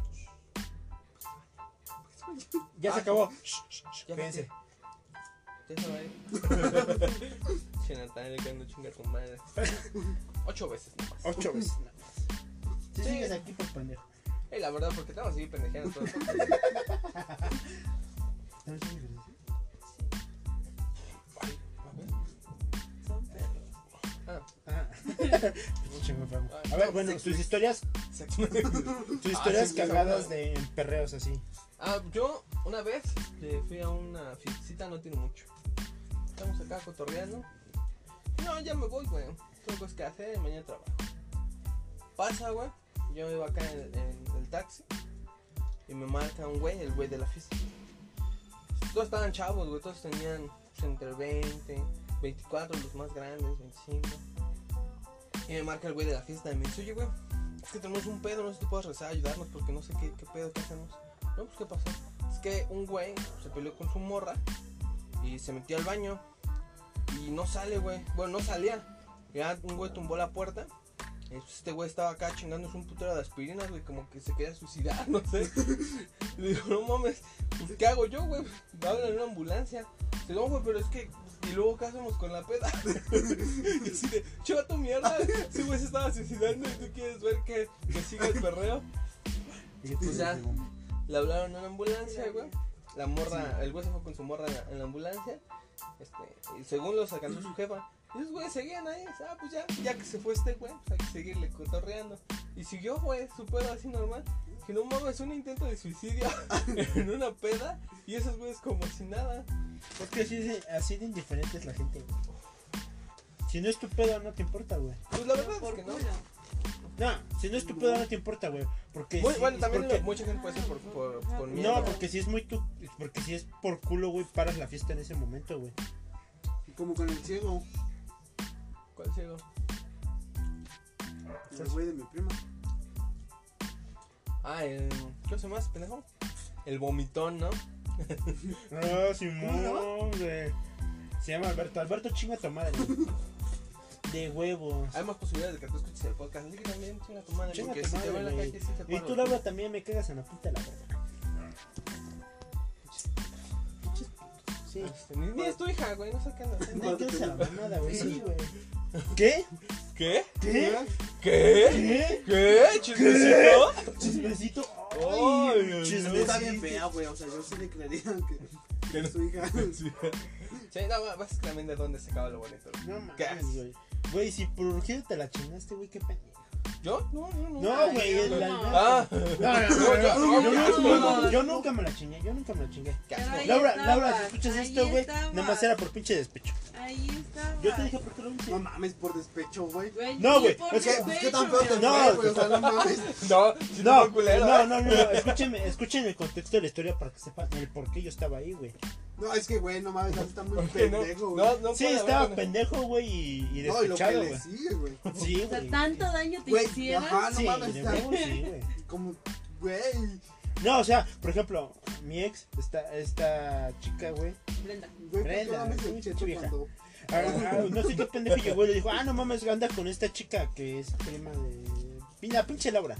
Speaker 2: Ya se
Speaker 3: Ah.
Speaker 2: acabó. Shh, shh, shh,
Speaker 3: Ya
Speaker 2: Cuídense.
Speaker 3: Ya se va a ir. Che, Natalia, que ando chinga tu madre. Ocho veces nomás.
Speaker 2: Ocho veces. nada más. Si
Speaker 3: Sí.
Speaker 2: sigues aquí por pendejo.
Speaker 3: Eh, la verdad, porque te vamos a seguir pendejeando todo el podcast.
Speaker 2: ¿También sigues, güey?
Speaker 5: Son perros.
Speaker 3: Ah,
Speaker 2: Ah. Pinche güey, bravo.
Speaker 3: Ay,
Speaker 2: A ver,
Speaker 3: Ah, no,
Speaker 2: bueno,
Speaker 3: sexy.
Speaker 2: tus historias, tus historias
Speaker 3: sí, ya
Speaker 2: cagadas
Speaker 3: sabrá.
Speaker 2: de en perreos así.
Speaker 3: Ah, yo una vez eh, fui a una fiestita, no tiene mucho. Estamos acá cotorreando. No, ya me voy, güey. Tengo cosas que hacer, mañana trabajo. Pasa, güey. Yo me iba acá en, en el taxi. Y me marca un güey, el güey de la fiesta. Todos estaban chavos, güey. Todos tenían pues, entre 20, 24, los más grandes, 25. Y me marca el güey de la fiesta y me dice, oye, güey, es que tenemos un pedo, no sé si te puedes rezar a ayudarnos porque no sé qué, qué pedo, qué hacemos. No, pues qué pasó. Es que un güey se peleó con su morra y se metió al baño y no sale, güey. Bueno, no salía. Ya un güey tumbó la puerta. Este güey estaba acá chingándose un putero de aspirinas, güey, como que se quería suicidar, no sé. Le digo, no mames, pues, ¿qué hago yo, güey? Hablan en una ambulancia. Dice, no, güey, pero es que. Y luego, ¿qué hacemos con la peda? y así de, lleva tu mierda. Ese güey se estaba suicidando y tú quieres ver que, que siga el perreo. Pues ya, le hablaron a la ambulancia, güey. La morra, el güey se fue con su morra en la, en la ambulancia. Este, y según los alcanzó su jefa. Y esos güeyes seguían ahí. dice, Ah, pues ya, ya que se fue este güey, pues hay que seguirle cotorreando. Y siguió, güey, su pedo así normal. Que no mames, un intento de suicidio en una peda. Y esos güeyes como si nada.
Speaker 2: Es que así de, así de indiferente es la gente, güey. Si no es tu pedo, no te importa, güey.
Speaker 3: Pues la verdad es
Speaker 5: por
Speaker 3: que no.
Speaker 5: culo.
Speaker 2: No, si no es tu pedo, no te importa, güey. Porque.
Speaker 3: Muy-
Speaker 2: si-
Speaker 3: bueno, también
Speaker 2: porque-
Speaker 3: mucha gente puede ser por, por, por miedo.
Speaker 2: No, porque si es muy tu. Porque si es por culo, güey, paras la fiesta en ese momento, güey.
Speaker 1: Como con el ciego,
Speaker 3: ¿Cuál ciego?
Speaker 1: el güey de mi prima.
Speaker 3: Ah, el. ¿Qué se más, pendejo? El vomitón, ¿no?
Speaker 2: No,
Speaker 1: ¿Cómo
Speaker 2: Ah, Simón, güey. Se llama Alberto. Alberto, chinga tu madre. De huevos.
Speaker 3: Hay más posibilidades de que tú escuches el podcast. Así que también chinga tu madre.
Speaker 2: Chinga
Speaker 3: porque
Speaker 2: tu
Speaker 3: si te
Speaker 2: madre,
Speaker 3: veo en la
Speaker 2: güey.
Speaker 3: calle, sí te
Speaker 2: Y
Speaker 3: paro.
Speaker 2: tú, Laura, también me cagas en la puta de la verga. Sí.
Speaker 3: Este, ni, ni es tu hija, güey. No sé qué andas haciendo.
Speaker 2: Me cagas en la mamada, güey. Sí, güey. ¿Qué?
Speaker 3: ¿Qué?
Speaker 2: ¿Qué? ¿Qué?
Speaker 3: ¿Qué? ¿Qué? ¿Chismecito?
Speaker 2: Chismecito.
Speaker 3: Ay,
Speaker 2: Ay,
Speaker 3: no.
Speaker 2: chismecito.
Speaker 1: Está bien fea, güey. O sea, yo sí le creería que, que
Speaker 3: Que no.
Speaker 1: es su hija.
Speaker 3: Sí, no, güey, básicamente dónde se acaba lo bonito. güey.
Speaker 2: No
Speaker 3: ¿Qué?
Speaker 2: mames, güey. Güey, si por urgido te la chingaste, güey, qué pendejo.
Speaker 3: ¿Yo? No, no, no.
Speaker 2: No, güey, el
Speaker 5: no.
Speaker 2: Alberto.
Speaker 3: Ah,
Speaker 2: No, no, no,
Speaker 3: No,
Speaker 2: no, yo-
Speaker 3: yo- yo-
Speaker 2: yo-
Speaker 5: no, no.
Speaker 2: Yo nunca me la chingué, yo nunca me la chingué.
Speaker 3: qué
Speaker 5: Pero
Speaker 3: asco.
Speaker 5: ahí
Speaker 2: Laura,
Speaker 5: estabas,
Speaker 2: Laura, si escuchas
Speaker 5: ahí
Speaker 2: esto, güey,
Speaker 5: estabas.
Speaker 2: nada más era por pinche despecho.
Speaker 5: Ahí estaba.
Speaker 3: Ah.
Speaker 2: Yo te dije por qué lo hice.
Speaker 1: No mames, por despecho, güey.
Speaker 2: No, güey, es
Speaker 5: Es
Speaker 1: ¿Qué,
Speaker 2: que-
Speaker 1: pues, ¿Qué tan feo te
Speaker 2: No,
Speaker 1: fue, güey? O sea, no mames.
Speaker 3: No, si no, fue culero.
Speaker 1: ¿eh?
Speaker 2: no,
Speaker 3: ¿eh?
Speaker 2: no, no, escúchenme, escuchen el contexto de la historia para que sepan el por qué yo estaba ahí, güey.
Speaker 1: No, es que, güey, no mames, está muy
Speaker 3: Que no,
Speaker 1: pendejo, güey.
Speaker 3: no, no
Speaker 2: Sí,
Speaker 3: puede
Speaker 2: estaba
Speaker 3: haber-
Speaker 2: pendejo, güey, y, y
Speaker 1: No, y lo que
Speaker 2: despechado,
Speaker 1: le
Speaker 2: güey.
Speaker 1: sigue, güey.
Speaker 2: Sí,
Speaker 5: O sea,
Speaker 2: güey.
Speaker 5: tanto daño te
Speaker 1: Güey,
Speaker 5: hicieron.
Speaker 1: ajá, Ah, no
Speaker 2: Sí,
Speaker 1: mames,
Speaker 2: de
Speaker 1: está
Speaker 2: huevo, sí, güey.
Speaker 1: como, güey,
Speaker 2: No, o sea, por ejemplo, mi ex, esta, esta chica, güey,
Speaker 5: Brenda.
Speaker 1: güey, ¿por qué
Speaker 2: Brenda,
Speaker 1: no mames
Speaker 2: muy
Speaker 1: el cheto
Speaker 2: vieja.
Speaker 1: cuando...
Speaker 2: Ah, ah, no sé qué pendejo llegó y le dijo, ah, no mames, anda con esta chica que es prima de... Pina, pinche Laura.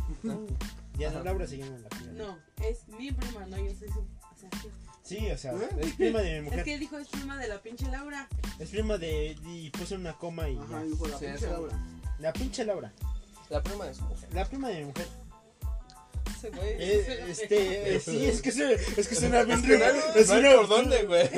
Speaker 2: Ya no,
Speaker 3: Ajá.
Speaker 2: Laura se llama la prima.
Speaker 5: No, es mi prima, no, yo soy su. O sea, sí.
Speaker 2: Sí, o sea,
Speaker 1: ¿Eh?
Speaker 2: es prima de mi
Speaker 5: Es
Speaker 2: mujer.
Speaker 5: que dijo es prima de la pinche Laura.
Speaker 2: Es prima de... y puse una coma y
Speaker 1: Ajá,
Speaker 2: ya.
Speaker 1: hijo de la
Speaker 3: Sí,
Speaker 1: pinche
Speaker 3: eso.
Speaker 1: Laura.
Speaker 2: La pinche Laura.
Speaker 3: La prima de su mujer.
Speaker 2: La prima de mi mujer.
Speaker 3: Ese güey.
Speaker 2: Eh, este, eh, sí, es que se, es que suena bien
Speaker 3: No hay-
Speaker 2: rival.
Speaker 3: no hay por dónde, güey.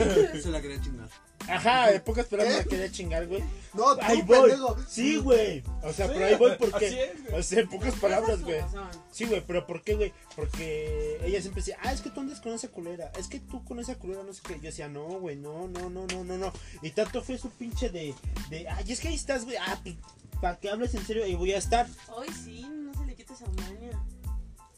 Speaker 1: Se la quería chingar.
Speaker 2: Ajá, en pocas palabras
Speaker 1: ¿Eh?
Speaker 2: me quería chingar, güey.
Speaker 1: No, tú,
Speaker 2: Ahí voy.
Speaker 1: pendejo.
Speaker 2: Sí, güey. O sea,
Speaker 3: Sí,
Speaker 2: pero ahí voy
Speaker 3: así
Speaker 2: porque.
Speaker 3: es, güey.
Speaker 2: O sea, en pocas palabras,
Speaker 5: Cosas
Speaker 2: güey.
Speaker 5: como son.
Speaker 2: Sí, güey, pero ¿por qué, güey? Porque ella siempre decía, ah, es que tú andas con esa culera, es que tú con esa culera, no sé qué. Yo decía, no, güey, no, no, no, no, no, no. Y tanto fue su pinche de, de, ay, es que ahí estás, güey, ah, pues, para que hables en serio, ahí voy a estar.
Speaker 5: Hoy sí, no se le quita esa maña.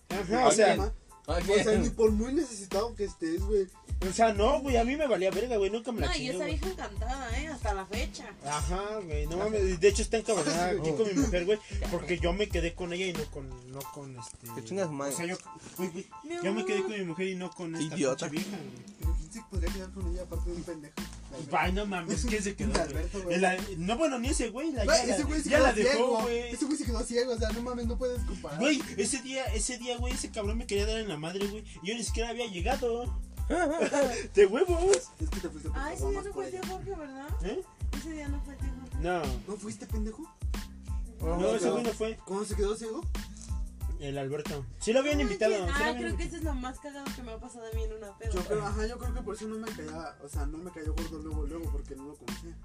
Speaker 2: Ajá, o
Speaker 1: Ma-
Speaker 2: sea,
Speaker 1: O sea, ni
Speaker 3: Ok.
Speaker 1: por muy necesitado que estés, güey.
Speaker 2: o sea, no, güey, a mí me valía verga, güey, nunca me la
Speaker 5: No, y
Speaker 2: chingué,
Speaker 5: esa
Speaker 2: güey.
Speaker 5: vieja encantada, ¿eh? Hasta la fecha.
Speaker 2: Ajá, güey, no mames, de hecho está encabronada aquí con mi mujer, güey, porque yo me quedé con ella y no con, no con este...
Speaker 3: Que chingas madre.
Speaker 2: O sea, yo, güey, güey,
Speaker 5: Mi
Speaker 2: yo me quedé
Speaker 5: amor.
Speaker 2: con mi mujer y no con esta
Speaker 3: Idiota.
Speaker 2: pinche vieja, güey.
Speaker 1: Pero quién se podría quedar con ella aparte de un pendejo.
Speaker 2: Ay, no mames, ¿quién se quedó? güey?
Speaker 1: Alberto, güey.
Speaker 2: El- no, bueno, ni ese güey. La,
Speaker 1: Güey,
Speaker 2: ya la-
Speaker 1: ese güey se
Speaker 2: ya
Speaker 1: quedó
Speaker 2: la dejó,
Speaker 1: ciego.
Speaker 2: güey.
Speaker 1: Ese güey se quedó ciego, o sea, no mames, no puedes comparar.
Speaker 2: Güey, ese día, ese día, güey, ese cabrón me quería dar en la madre, güey. y Yo ni siquiera había llegado. De huevos.
Speaker 1: Es que te fuiste por
Speaker 5: Ah,
Speaker 1: favor,
Speaker 5: ese día
Speaker 1: más
Speaker 5: no
Speaker 1: por
Speaker 5: fue el
Speaker 1: ella.
Speaker 5: tío Jorge, ¿verdad?
Speaker 2: ¿Eh?
Speaker 5: Ese día no fue el tío Jorge.
Speaker 2: No.
Speaker 1: ¿No fuiste pendejo?
Speaker 2: No, ese güey no fue.
Speaker 1: ¿Cómo se quedó ciego?
Speaker 2: El Alberto. Sí lo habían
Speaker 5: No
Speaker 2: invitado.
Speaker 5: manches,
Speaker 2: sí lo
Speaker 5: Ah,
Speaker 2: habían
Speaker 5: creo que
Speaker 2: invitado.
Speaker 5: eso es lo más cagado que me ha pasado a mí en una peda.
Speaker 1: Yo creo, ajá, yo creo que por eso no me caía, o sea, no me cayó gordo luego, luego, porque no lo conocía.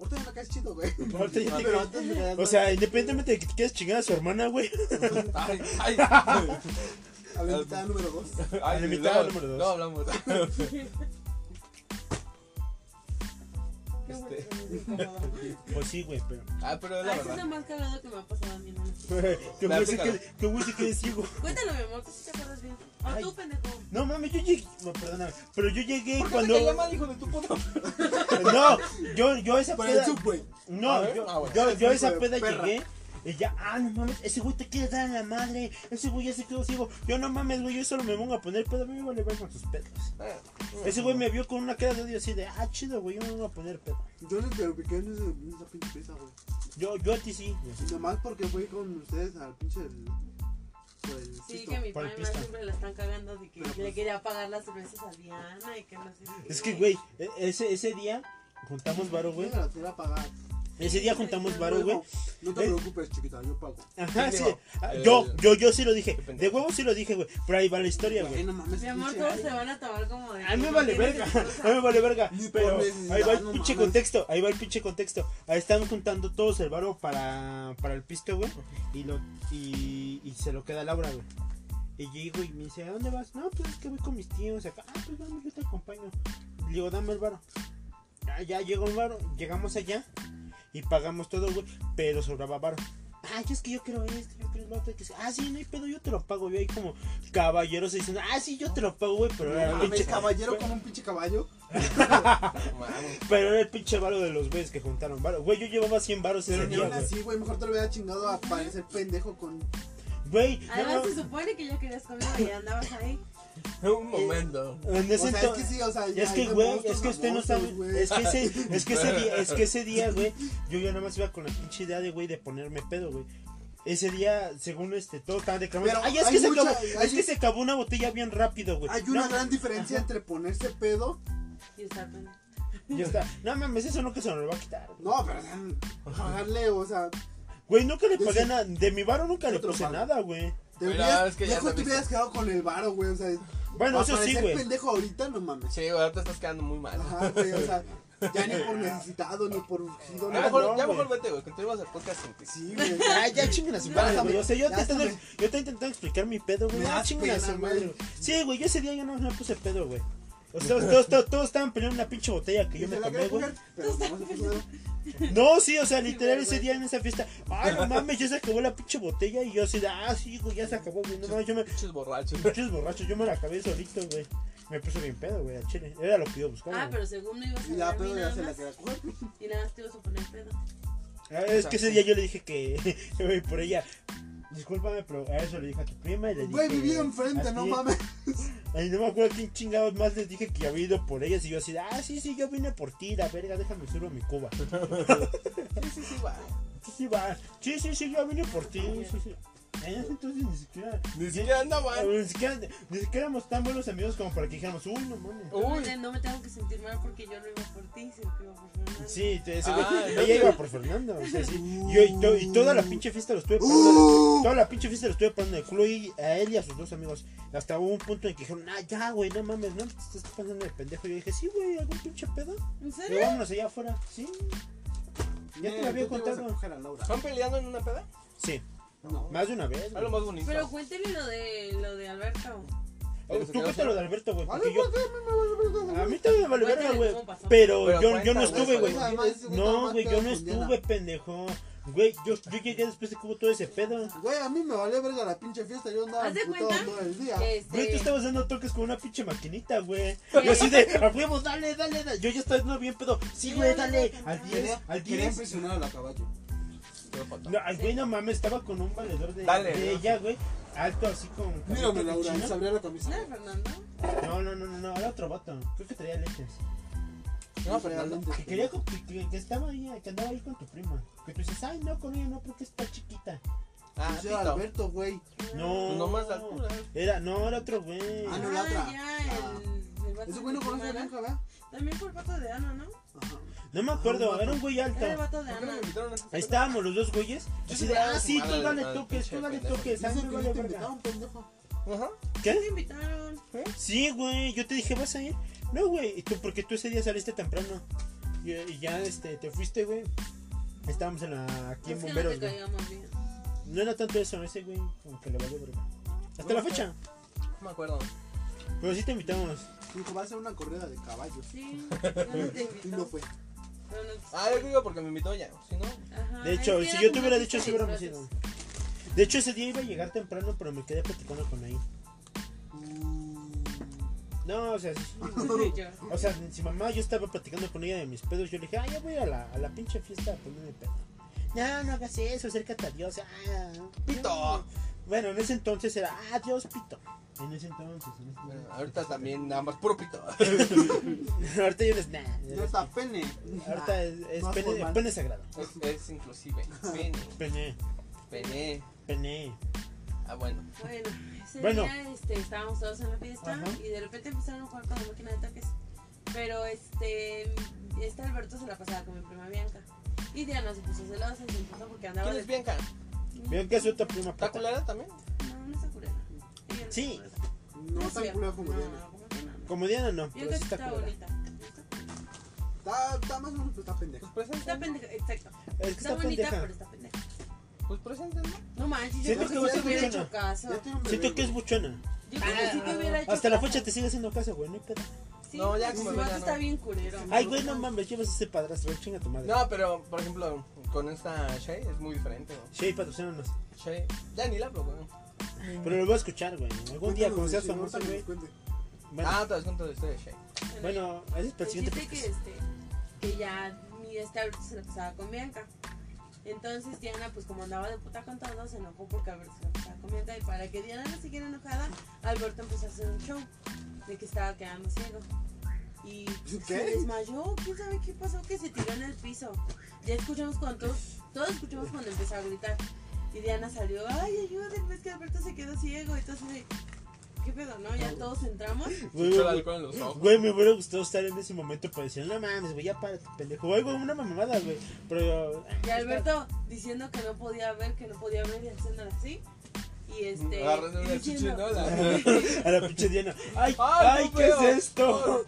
Speaker 1: Ahorita ya me caes chido, güey.
Speaker 2: Ahorita ya te
Speaker 1: Ah, Pero
Speaker 2: caes-
Speaker 1: antes me caías
Speaker 2: O sea, independientemente de que te quieras chingar a su hermana, güey.
Speaker 3: Ay, ay, ay,
Speaker 1: mal. a ver, está número dos.
Speaker 3: ay,
Speaker 2: El invitado
Speaker 3: no,
Speaker 2: número dos.
Speaker 3: No hablamos.
Speaker 5: Qué bueno,
Speaker 3: Este.
Speaker 5: incómodo.
Speaker 2: Pues sí, güey, pero.
Speaker 3: Ah, pero es
Speaker 5: Ah,
Speaker 3: la
Speaker 5: eso es lo
Speaker 3: verdad.
Speaker 5: más cagado que me ha pasado a mí en una peda.
Speaker 2: Que
Speaker 3: La
Speaker 2: güey se
Speaker 3: pícala.
Speaker 2: quede- que güey se quede ciego.
Speaker 5: Cuéntalo, mi amor, que si te acuerdas bien. O
Speaker 2: Ay.
Speaker 5: tú, pendejo.
Speaker 2: No mames, yo llegué. No, perdóname. Pero yo llegué
Speaker 3: ¿Por qué
Speaker 2: cuando.
Speaker 3: te caía mal, hijo de tu puta?
Speaker 2: No, yo, yo esa
Speaker 1: Para el
Speaker 2: peda.
Speaker 1: sub, güey.
Speaker 2: No,
Speaker 3: A ver,
Speaker 2: yo,
Speaker 3: ah, bueno.
Speaker 2: yo, yo a esa
Speaker 1: Hijo de
Speaker 2: peda
Speaker 1: perra.
Speaker 2: llegué. Y ya, ah, no mames, ese güey te quiere dar a la madre. Ese güey ya se quedó ciego. Yo no mames, güey, yo solo me pongo a poner pedo. A mí me vale ver con sus pedos. Ese güey me vio con una cara de odio así de, ah, chido, güey, yo me voy a poner pedo.
Speaker 1: Yo ni te ubiqué en, ese- en esa pinche pieza, güey.
Speaker 2: Yo, yo a ti sí.
Speaker 1: Nomás porque fui con ustedes al pinche. El, por el
Speaker 5: Sí,
Speaker 1: pisto.
Speaker 5: que mi
Speaker 2: ¿Cuál
Speaker 5: mamá
Speaker 2: pista?
Speaker 5: siempre la están cagando de que
Speaker 1: Pero,
Speaker 5: le
Speaker 1: pues-
Speaker 5: quería pagar las cervezas a Diana y que no sé qué.
Speaker 2: Es que, güey, e- ese, ese día juntamos varo, güey.
Speaker 1: Yo la tenía pagada.
Speaker 2: Ese día juntamos varo, güey.
Speaker 1: No te
Speaker 2: Eh.
Speaker 1: preocupes, chiquita, yo pago.
Speaker 2: Ajá,
Speaker 3: ¿Quién
Speaker 2: sí.
Speaker 3: dijo?
Speaker 2: Ah,
Speaker 1: eh,
Speaker 3: El-
Speaker 2: Yo, yo, yo sí lo dije.
Speaker 3: pendejo.
Speaker 2: De huevo sí lo dije, güey. Pero ahí va la historia,
Speaker 1: Ay,
Speaker 2: güey.
Speaker 1: no mames,
Speaker 5: Mi amor,
Speaker 1: pinche
Speaker 5: todos
Speaker 1: Ari.
Speaker 5: se van a tomar como de.
Speaker 2: A mí me
Speaker 5: que
Speaker 2: vale
Speaker 5: no
Speaker 2: verga,
Speaker 5: tienes
Speaker 2: a mí me
Speaker 5: excusa.
Speaker 2: vale verga.
Speaker 1: Ni por
Speaker 2: Pero
Speaker 1: necesidad,
Speaker 2: ahí va el
Speaker 1: no
Speaker 2: pinche
Speaker 1: mames.
Speaker 2: contexto, ahí va el pinche contexto. Ahí están juntando todos el varo para, para el pisto, güey. Y, lo, y, y se lo queda Laura, güey. Y llego y me dice, ¿a dónde vas? No, pues es que voy con mis tíos acá. Ah, pues vamos, yo te acompaño. Le digo, dame el varo. Ah, ya llegó el varo, llegamos allá y pagamos todo, güey. Pero sobraba varo. Ay, es que yo quiero esto, yo quiero lo otro. que sí. Ah, sí, no hay pedo, yo te lo pago. Yo ahí como caballeros diciendo, ah, sí, yo te lo pago, güey. Pero era
Speaker 1: No
Speaker 2: el
Speaker 1: mames,
Speaker 2: pinche
Speaker 1: caballero con un pinche caballo.
Speaker 2: Pero era el pinche varo de los güeyes que juntaron varo. Güey, yo llevaba 100 varos ese
Speaker 1: Pero ni
Speaker 2: día,
Speaker 1: aún
Speaker 2: güey.
Speaker 1: así, güey, mejor te lo hubiera chingado a parecer pendejo con.
Speaker 2: Güey,
Speaker 5: Además,
Speaker 2: no,
Speaker 5: se supone que ya querías conmigo y andabas ahí.
Speaker 3: Un momento.
Speaker 2: en
Speaker 1: O
Speaker 2: ese
Speaker 1: sea, es que
Speaker 2: entonces-
Speaker 1: sí, o sea, ya
Speaker 2: Es
Speaker 1: hay
Speaker 2: que,
Speaker 1: de
Speaker 2: güey,
Speaker 1: monstruos
Speaker 2: es que
Speaker 1: a
Speaker 2: usted no
Speaker 1: monstruos,
Speaker 2: sabe.
Speaker 1: güey.
Speaker 2: Es que, ese, es, que ese día, es que ese día, güey, yo ya nada más iba con la pinche idea de, güey, de ponerme pedo, güey. Ese día, según este, todo estaba declamando.
Speaker 1: Pero
Speaker 2: Ay, es
Speaker 1: hay
Speaker 2: que, se
Speaker 1: mucha-
Speaker 2: acabó,
Speaker 1: hay-
Speaker 2: es que se acabó una botella bien rápido, güey.
Speaker 1: Ah, Hay una
Speaker 2: No,
Speaker 1: gran diferencia entre ponerse pedo.
Speaker 5: Y está pendejo.
Speaker 2: ya está. No mames, eso nunca se nos lo va a quitar. güey.
Speaker 1: No, pero o sea, pagarle, o sea,
Speaker 2: Güey, nunca le
Speaker 1: Yo
Speaker 2: pagué
Speaker 1: sí.
Speaker 2: nada. De mi varo nunca le
Speaker 1: Otro
Speaker 2: puse
Speaker 1: pago.
Speaker 2: nada, güey.
Speaker 1: te
Speaker 3: Mira,
Speaker 1: hubieras,
Speaker 3: es que ya
Speaker 1: mejor
Speaker 3: te
Speaker 1: te
Speaker 3: viste.
Speaker 1: hubieras quedado con el varo, güey, o sea.
Speaker 2: Bueno,
Speaker 1: a
Speaker 2: eso sí,
Speaker 1: parecer
Speaker 2: güey.
Speaker 1: pendejo ahorita, no mames.
Speaker 3: Sí, ahora te estás quedando muy mal.
Speaker 1: Ajá, güey, o sea, ya ni por necesitado, ni por urgido,
Speaker 3: Ya
Speaker 1: no,
Speaker 3: mejor,
Speaker 2: no,
Speaker 3: ya
Speaker 2: güey.
Speaker 3: mejor vete, güey. Continuamos el podcast sin ti.
Speaker 1: Sí, güey.
Speaker 2: Ah, ya chingan a su madre, güey. O sea, yo te
Speaker 1: Ya
Speaker 2: intento,
Speaker 1: sabe.
Speaker 2: yo te intento explicar mi pedo, güey.
Speaker 1: Me
Speaker 2: Ah,
Speaker 1: das
Speaker 2: chingan a
Speaker 1: pena,
Speaker 2: su madre,
Speaker 1: güey.
Speaker 2: güey. Sí, güey, yo ese día yo no me puse pedo, güey. O sea, todos, todos, todos estaban peleando una pinche botella que yo me
Speaker 1: Se la
Speaker 2: tomé,
Speaker 1: quería
Speaker 2: güey.
Speaker 1: jugar, pero como se puso nada.
Speaker 2: No, sí, o sea, literal
Speaker 5: Sí,
Speaker 2: ese día en esa fiesta. Ay, no mames, ya se acabó la pinche botella. Y yo así, de, ah, sí, güey, ya se acabó, güey. No mames, yo me.
Speaker 3: Pinches borrachos.
Speaker 2: Pinches borrachos, yo me la acabé solito, güey. Me puse bien pedo, güey, a Chile. Era lo que yo buscaba.
Speaker 5: Ah,
Speaker 2: güey.
Speaker 5: pero según no ibas a
Speaker 1: Y la
Speaker 5: hablar ni
Speaker 1: pedo ya
Speaker 5: nada
Speaker 1: se la
Speaker 5: más.
Speaker 1: quería coger.
Speaker 5: Y nada más te ibas a poner pedo.
Speaker 2: Ah, Es que ese día yo le dije que. güey, por ella. Discúlpame, pero a eso le dije a tu prima y le dije.
Speaker 1: Güey, vivía enfrente,
Speaker 2: así
Speaker 1: no
Speaker 2: es.
Speaker 1: mames.
Speaker 2: Ay, no me acuerdo quién chingados más les dije que había ido por ellas y yo así, ah, sí, sí, yo vine por ti, la verga, déjame subir a mi cuba.
Speaker 3: Sí, sí, sí, va.
Speaker 2: Sí, sí, va. Sí, sí, sí, yo vine por ti. Sí, sí. En ese entonces ni siquiera,
Speaker 3: Pues, Ni siquiera andaban.
Speaker 2: ni siquiera, ni siquiera éramos tan buenos amigos como para que dijéramos, uy, no mames.
Speaker 5: No me,
Speaker 3: Uy.
Speaker 5: te- no me tengo que sentir mal porque yo no iba por ti, sino que iba por Fernando.
Speaker 2: Sí, te- ese
Speaker 3: Ah,
Speaker 2: güey,
Speaker 3: entonces-
Speaker 2: ella iba por Fernando. O sea, sí. Y yo- y, to- y toda la pinche fiesta lo estuve parando.
Speaker 1: Uh,
Speaker 2: Toda la pinche fiesta lo estuve parando de culo y a él y a sus dos amigos. Hasta hubo un punto en que dijeron, ah, ya, güey, no mames, no te estás pasando de pendejo. Yo dije, sí, güey, algún pinche pedo.
Speaker 5: ¿En
Speaker 2: Pero
Speaker 5: serio?
Speaker 2: vámonos allá afuera. Sí, Ya te lo había
Speaker 1: tú ibas a
Speaker 2: contado.
Speaker 1: coger a Laura.
Speaker 3: ¿Están peleando en una peda?
Speaker 2: sí.
Speaker 1: No.
Speaker 2: Más de una vez.
Speaker 3: Es lo
Speaker 2: güey.
Speaker 3: más bonito.
Speaker 5: Pero cuéntale lo de, lo de Alberto.
Speaker 2: Oh, Tú cuéntalo de Alberto, güey.
Speaker 1: A
Speaker 2: Porque
Speaker 1: ver,
Speaker 2: yo.
Speaker 1: ¿por qué a mí me vale verga?
Speaker 2: A mí también me vale verga,
Speaker 5: Cuéntale
Speaker 2: güey.
Speaker 5: cómo pasó.
Speaker 2: Pero yo,
Speaker 3: Pero
Speaker 2: yo no
Speaker 3: cuéntale,
Speaker 2: estuve, güey.
Speaker 3: güey.
Speaker 2: No, güey, yo no estuve,
Speaker 1: Diana.
Speaker 2: pendejo. Güey, yo, yo llegué después de que hubo todo ese pedo.
Speaker 1: Güey, a mí me vale verga la pinche fiesta. Yo andaba
Speaker 5: ¿Haz de
Speaker 1: emputado
Speaker 5: cuenta?
Speaker 1: todo el día.
Speaker 5: Que, Este,
Speaker 2: Güey, tú estabas dando toques con una pinche maquinita, güey.
Speaker 5: Sí.
Speaker 2: Yo así de, a huevo, dale, dale, dale. Yo ya estaba dando bien pedo. Sí, güey, dale. Al 10, al 10.
Speaker 1: impresionar a la caballo.
Speaker 3: Pero fatal.
Speaker 2: No, ay, güey, no mames, estaba con un valedor de,
Speaker 3: Dale,
Speaker 2: de
Speaker 3: ¿no?
Speaker 2: ella, güey. Alto, así con.
Speaker 1: Mírame, Laura,
Speaker 2: chino.
Speaker 1: les abría la
Speaker 5: ¿No
Speaker 1: camisa.
Speaker 5: era Fernando?
Speaker 2: No, no, no, no, no, era otro vato. Creo que traía lentes.
Speaker 3: No, Fernando.
Speaker 2: Que quería con- que, que- que estaba ahí, que andaba ahí con tu prima. Que tú dices, ay no, con ella no, porque está chiquita.
Speaker 3: Ah,
Speaker 1: Yo era
Speaker 3: Tito. Pues
Speaker 1: Alberto, güey.
Speaker 5: Pues
Speaker 2: No.
Speaker 3: No más de altura.
Speaker 2: Era, no, era otro güey.
Speaker 1: Ah, no,
Speaker 5: Ah,
Speaker 1: la otra.
Speaker 5: ya,
Speaker 1: Ah.
Speaker 5: el, el vato
Speaker 1: Ese güey no
Speaker 5: de
Speaker 1: conoce a
Speaker 5: Ana.
Speaker 1: nunca, ¿verdad?
Speaker 5: También por vato de Ana, ¿no?
Speaker 1: Ajá.
Speaker 2: No me acuerdo, era un güey alto.
Speaker 5: Era el vato de
Speaker 3: ¿Por qué no me
Speaker 5: Ana.
Speaker 3: invitaron a
Speaker 2: Ahí
Speaker 3: esta peda?
Speaker 2: estábamos los dos güeyes.
Speaker 3: Yo
Speaker 2: Así
Speaker 3: sí
Speaker 2: de,
Speaker 3: me
Speaker 2: ah,
Speaker 3: hago
Speaker 2: sí, tú
Speaker 3: su madre,
Speaker 2: dale
Speaker 3: madre,
Speaker 2: toques, tú
Speaker 3: pinche
Speaker 2: dale
Speaker 3: pendejo.
Speaker 2: toques. a mí me
Speaker 1: Dicen que yo
Speaker 2: vale
Speaker 1: te
Speaker 2: verga.
Speaker 1: invitaron, pendejo.
Speaker 3: Ajá.
Speaker 5: ¿Qué
Speaker 2: ¿Qué?
Speaker 5: te invitaron?
Speaker 2: Sí, güey, yo te dije, vas a ir. No, güey, y tú, porque tú ese día saliste temprano. Y, y ya, este, te fuiste, güey. Estábamos en la, aquí en
Speaker 5: Es que no
Speaker 2: Bomberos,
Speaker 5: te
Speaker 2: güey.
Speaker 5: caigamos bien.
Speaker 2: No era tanto eso, ese güey, como que le valió verga. Hasta
Speaker 3: Bueno,
Speaker 2: la
Speaker 3: fue-
Speaker 2: fecha.
Speaker 3: No me acuerdo.
Speaker 2: Pero sí te invitamos.
Speaker 1: Dijo, va a ser una corrida de caballos.
Speaker 5: Sí, yo no te invitó.
Speaker 1: Y no fue.
Speaker 5: Pero no-
Speaker 3: Ah, yo digo porque me invitó ya. Si no,
Speaker 5: Ajá,
Speaker 2: De
Speaker 5: Ah, es
Speaker 2: hecho,
Speaker 5: que
Speaker 2: si yo
Speaker 5: era
Speaker 2: te
Speaker 5: como
Speaker 2: hubiera
Speaker 5: una
Speaker 2: dicho,
Speaker 5: fiesta
Speaker 2: sí
Speaker 5: de
Speaker 2: hubiéramos ido.
Speaker 5: disfraces.
Speaker 2: De hecho, ese día iba a llegar temprano, pero me quedé platicando con ahí. No, o sea, sí, sí.
Speaker 5: Sí, yo.
Speaker 2: O sea, si mamá yo estaba platicando con ella de mis pedos, yo le dije, ah, ya voy a la, a la pinche fiesta a ponerme pedo. no, no hagas eso, acércate a Dios. Ah,
Speaker 3: Pito.
Speaker 2: Bueno, en ese entonces era, ah, Dios, pito. En ese entonces. en ese
Speaker 3: Bueno,
Speaker 2: entonces.
Speaker 3: ahorita también nada más puro pito.
Speaker 2: Ahorita yo no es nada.
Speaker 1: No está pene.
Speaker 2: Ahorita es, es
Speaker 1: Más
Speaker 2: pene,
Speaker 1: formal.
Speaker 2: pene sagrado.
Speaker 3: Es, es inclusive. Pene.
Speaker 2: Pene,
Speaker 3: Pene.
Speaker 2: pene.
Speaker 3: Ah, bueno.
Speaker 5: Bueno, ese
Speaker 2: Bueno.
Speaker 5: día este, estábamos todos en la fiesta
Speaker 2: Ajá.
Speaker 5: y de repente empezaron a jugar con la máquina de toques. Pero este, este Alberto se la pasaba con mi prima Bianca. Y Diana se puso celosa y se empezó porque andaba.
Speaker 3: ¿Quién es
Speaker 5: de-
Speaker 3: Bianca?
Speaker 2: Veo que es otra prima
Speaker 3: ¿Está
Speaker 2: puta.
Speaker 3: culera también?
Speaker 5: No, no está culera. Ella no
Speaker 2: Sí.
Speaker 5: está culera.
Speaker 1: No
Speaker 5: es
Speaker 1: tan
Speaker 5: cierto.
Speaker 1: culera como
Speaker 5: No,
Speaker 1: Diana.
Speaker 5: como Diana no.
Speaker 2: Como Diana no, pero
Speaker 5: Bianca
Speaker 2: sí
Speaker 5: sí
Speaker 2: está
Speaker 5: está
Speaker 2: culera.
Speaker 5: bonita.
Speaker 1: Está, está más o menos, pero está pendeja.
Speaker 3: Pues presenta.
Speaker 5: Está pendeja, exacto.
Speaker 2: Es que
Speaker 5: Está
Speaker 2: está
Speaker 5: bonita,
Speaker 2: pendeja.
Speaker 5: pero está pendeja.
Speaker 3: Pues presenta, ¿no?
Speaker 5: No manches, yo
Speaker 2: Siento
Speaker 5: creo
Speaker 2: que
Speaker 5: que
Speaker 2: va a
Speaker 5: si te
Speaker 2: ser
Speaker 5: hubiera
Speaker 2: buchona.
Speaker 5: hecho caso.
Speaker 1: Ya tiene un bebé,
Speaker 2: Siento que es buchona.
Speaker 5: Yo creo que si te hubiera hecho
Speaker 2: Ah, Hasta la
Speaker 5: caso.
Speaker 2: fecha te sigue haciendo caso, güey. No hay pedo.
Speaker 5: Sí,
Speaker 3: No, ya
Speaker 5: su
Speaker 3: como
Speaker 5: vato
Speaker 3: ya no.
Speaker 5: está bien culero.
Speaker 2: Ay, güey, no mames, llevas ese padrastro. Chinga tu madre.
Speaker 3: No, pero por ejemplo, con esta Shay es muy diferente. ¿no?
Speaker 2: Shay, patrocínanos.
Speaker 3: Shay. Ya ni la hablo, güey.
Speaker 2: Pero lo voy a escuchar, güey. Algún día,
Speaker 1: Cuéntanos,
Speaker 2: cuando seas
Speaker 1: si no,
Speaker 2: famoso,
Speaker 1: ahorita
Speaker 2: güey.
Speaker 1: nos cuente.
Speaker 2: Bueno,
Speaker 3: Ah, te das cuenta de la historia de Shay.
Speaker 2: bueno, ese es para
Speaker 5: El
Speaker 2: el siguiente.
Speaker 5: chiste que
Speaker 2: podcast.
Speaker 5: este, que ya mi este Alberto se la pasaba con Bianca. Entonces Diana, pues como andaba de puta con todos, se enojó porque Alberto se la pasaba con Bianca. Y para que Diana no siguiera enojada, Alberto empezó a hacer un show de que estaba quedando ciego. Y
Speaker 1: ¿Qué?
Speaker 5: se desmayó, quién sabe qué pasó, que se tiró en el piso. Ya escuchamos cuando todos, todos escuchamos cuando empezó a gritar. Y Diana salió, ay, ayúdenme, es que Alberto se quedó ciego. Entonces, ¿qué pedo? ¿No? Ya todos entramos.
Speaker 2: Güey,
Speaker 3: Echó el
Speaker 2: güey,
Speaker 3: alcohol en los ojos.
Speaker 2: Güey, me hubiera gustado estar en ese momento para decir, no mames, güey, ya párate, pendejo. Güey, güey, una mamada, güey. Pero.
Speaker 5: Y Alberto diciendo que no podía ver, que no podía ver y haciéndole así. Y este.
Speaker 3: Mm, Agarrando
Speaker 5: y
Speaker 3: una chichi,
Speaker 5: diciendo,
Speaker 3: ¿no? La-
Speaker 2: A la pinche Diana. ¡Ay, ay,
Speaker 3: Ay, no
Speaker 2: qué es
Speaker 3: veo.
Speaker 2: esto!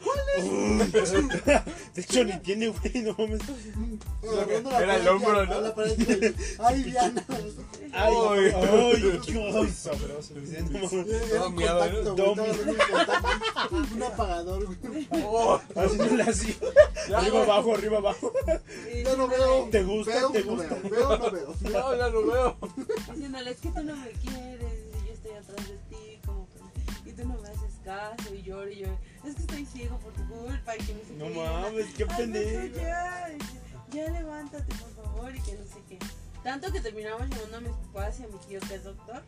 Speaker 2: De hecho, ni tiene, güey, no mames.
Speaker 1: Agarrando la
Speaker 3: Era el
Speaker 1: pared,
Speaker 3: hombro,
Speaker 1: a
Speaker 3: ¿no?
Speaker 1: la pared, güey. Ay, Diana.
Speaker 2: ¡Ay,
Speaker 3: Ay.
Speaker 2: ay, qué ay, sabroso! Dice, no mames.
Speaker 1: Era un
Speaker 3: miado, ¿no?
Speaker 1: contacto, güey, estaba agarrando un contacto. Un apagador, güey.
Speaker 3: Oh,
Speaker 2: Haciéndole así.
Speaker 3: ya,
Speaker 2: Arriba,
Speaker 3: güey.
Speaker 2: abajo, arriba, abajo.
Speaker 5: y
Speaker 1: Ya no
Speaker 5: diciéndole-
Speaker 1: veo.
Speaker 2: ¿Te gusta?
Speaker 1: Veo,
Speaker 2: ¿Te
Speaker 1: no
Speaker 2: gusta?
Speaker 1: Veo, veo, no veo.
Speaker 3: No, ya no veo.
Speaker 5: Diciéndole, es que tú no me quieres. Y yo estoy atrás de ti, como que. Y tú no me haces caso. Y lloro y lloro. Es que estoy ciego por tu culpa. Y que no sé
Speaker 2: No
Speaker 5: qué.
Speaker 2: mames, qué
Speaker 5: Alberto,
Speaker 2: pendejo.
Speaker 5: Ya, ya levántate, por favor. Y que no sé qué. Tanto que terminamos llamando a mis papás y a mi tío, que es doctor.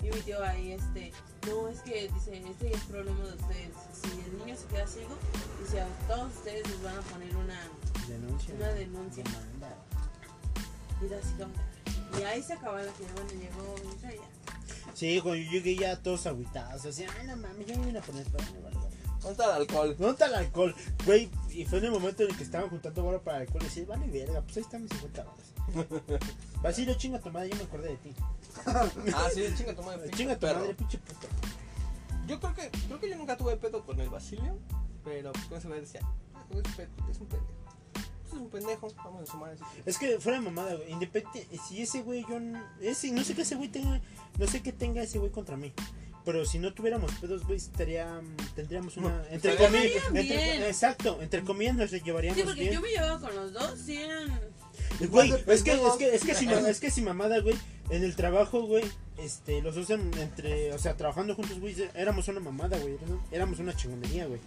Speaker 5: Y mi tío ahí, este, no, es que dice, este es problema de ustedes. Si el niño se queda ciego, dice, a todos ustedes les van a poner una.
Speaker 2: Denuncia.
Speaker 5: Una denuncia.
Speaker 2: Demanda.
Speaker 5: Y era así como. Y ahí se acabó la que bueno, llegó Israel.
Speaker 2: Sí, cuando yo llegué ya todos agüitados, así, ay, no mames, yo me vine a poner para mí, vale, vale".
Speaker 3: ¿Dónde está el alcohol?
Speaker 2: ¿Dónde está el alcohol? Güey, y fue en el momento en el que estaban juntando bola para el alcohol y decía, vale, verga, pues ahí están mis 50 balas. Así no chinga tu madre, yo me acordé de ti.
Speaker 3: Ah, sí, chinga tu madre.
Speaker 2: Chinga
Speaker 3: Chinga
Speaker 2: tu madre, pinche puta.
Speaker 3: Yo creo que, creo que yo nunca tuve pedo con el Basilio, pero pues con ese me decía, "Ah, es, pe- es un pendejo. Pues es un pendejo, vamos a sumar así.
Speaker 2: Es que fuera de mamada, güey, independiente, eh, si ese güey, yo, n- ese, no sé qué ese güey tenga, no sé qué tenga ese güey contra mí. Pero si no tuviéramos pedos, güey, estaría, mm, tendríamos una, entre
Speaker 3: Estaría
Speaker 2: comillas,
Speaker 5: bien.
Speaker 2: entre- exacto, entre comillas nos llevaríamos
Speaker 5: Sí, porque
Speaker 2: bien.
Speaker 5: yo me llevaba con los dos, sí eran.
Speaker 2: Güey,
Speaker 1: Igual de
Speaker 2: es que, es
Speaker 1: pendejos.
Speaker 2: que, es que si ma- es que si mamada, güey, en el trabajo, güey, este, los dos en- entre, o sea, trabajando juntos, güey, éramos una mamada, güey, éramos una chingonería, güey.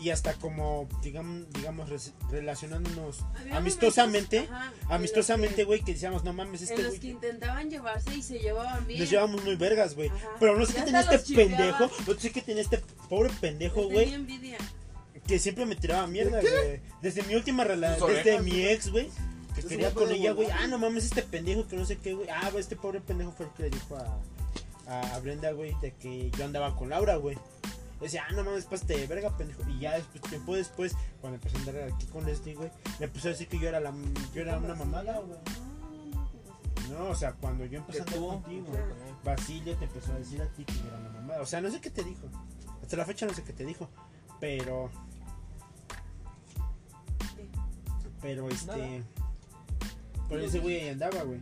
Speaker 2: Y hasta como, digamos, digamos res- relacionándonos
Speaker 5: había
Speaker 2: amistosamente,
Speaker 5: momentos, ajá, en los
Speaker 2: amistosamente,
Speaker 5: que-
Speaker 2: güey, que decíamos, no mames, este
Speaker 5: En los que
Speaker 2: güey,
Speaker 5: intentaban llevarse y se llevaban bien.
Speaker 2: nos llevamos muy vergas, güey.
Speaker 5: Ajá.
Speaker 2: Pero no sé
Speaker 5: Y
Speaker 2: qué
Speaker 5: hasta
Speaker 2: tenía este
Speaker 5: los chifleaba.
Speaker 2: pendejo, no sé qué tenía este pobre pendejo,
Speaker 5: Les
Speaker 2: güey,
Speaker 5: Tenía envidia.
Speaker 2: que siempre me tiraba mierda, güey. Desde mi última relación,
Speaker 3: Sus
Speaker 2: desde
Speaker 3: orejas,
Speaker 2: mi ex, güey. Que
Speaker 1: Ese
Speaker 2: quería
Speaker 1: güey
Speaker 2: con
Speaker 1: puede
Speaker 2: ella, güey.
Speaker 1: volar.
Speaker 2: Ah, no mames, este pendejo que no sé qué, güey. Ah, este pobre pendejo fue el que le dijo a- a, a Brenda, güey, de que yo andaba con Laura, güey. Le Decía, ah, no mames, paste de verga, pendejo. Y ya después, tiempo después, cuando empecé a andar aquí con Leslie, güey, me empezó a decir que yo era, la, yo era una mamada, güey. No, o sea, cuando yo empecé a andar contigo,
Speaker 5: Ajá.
Speaker 2: Basilio te empezó a decir a ti que yo era una mamada. O sea, no sé qué te dijo. Hasta la fecha no sé qué te dijo. Pero.
Speaker 5: ¿Qué?
Speaker 2: Pero este.
Speaker 3: Nada.
Speaker 2: Por ese güey ahí andaba, güey.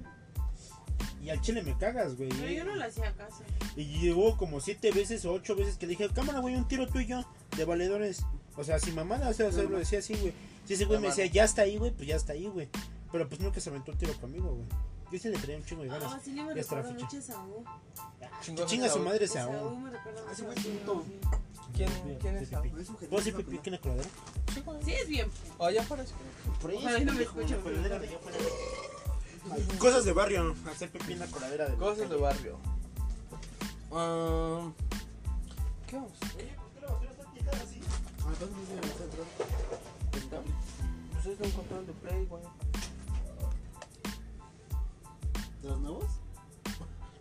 Speaker 2: Y al chile me cagas, güey. eh.
Speaker 5: Pero yo no le hacía caso.
Speaker 2: Y hubo como siete veces o ocho veces que le dije, cámara, güey, un tiro tuyo de valedores. O sea, sin mamada, o sea, o sea, lo decía así, güey. Si ese güey me
Speaker 3: Mamada.
Speaker 2: decía, ya está ahí, güey, pues ya está ahí, güey. Pero pues nunca se aventó un tiro conmigo, güey. Yo sí le traía un chingo de ganas.
Speaker 5: Ah, sí le me
Speaker 2: Y hasta la
Speaker 5: recuerda
Speaker 2: fecha.
Speaker 5: mucho a Saúl.
Speaker 2: Ah,
Speaker 3: Chingo,
Speaker 2: Chinga su
Speaker 3: Saúl.
Speaker 2: madre,
Speaker 5: A Saúl
Speaker 2: Saúl.
Speaker 5: me recuerda
Speaker 1: Ese
Speaker 5: mucho a
Speaker 1: güey punto.
Speaker 5: Saúl.
Speaker 3: ¿Quién, quién es
Speaker 2: Sí, pipí.
Speaker 3: Saúl?
Speaker 1: Es un genio,
Speaker 2: ¿Puedo decir
Speaker 1: una
Speaker 2: pipí
Speaker 1: pelada.
Speaker 2: que en la coladera?
Speaker 5: Sí, es bien.
Speaker 3: Allá afuera sí.
Speaker 2: Por
Speaker 5: Ojalá y no me escuche,
Speaker 2: coladera de allá afuera. Cosas de barrio, hacer pipí en la coladera de la
Speaker 3: Cosas
Speaker 2: calle.
Speaker 3: de barrio. Ah, ¿Qué vamos?
Speaker 1: Ah, entonces no tiene centro.
Speaker 3: Pues es un control de play, güey.
Speaker 1: ¿De los nuevos?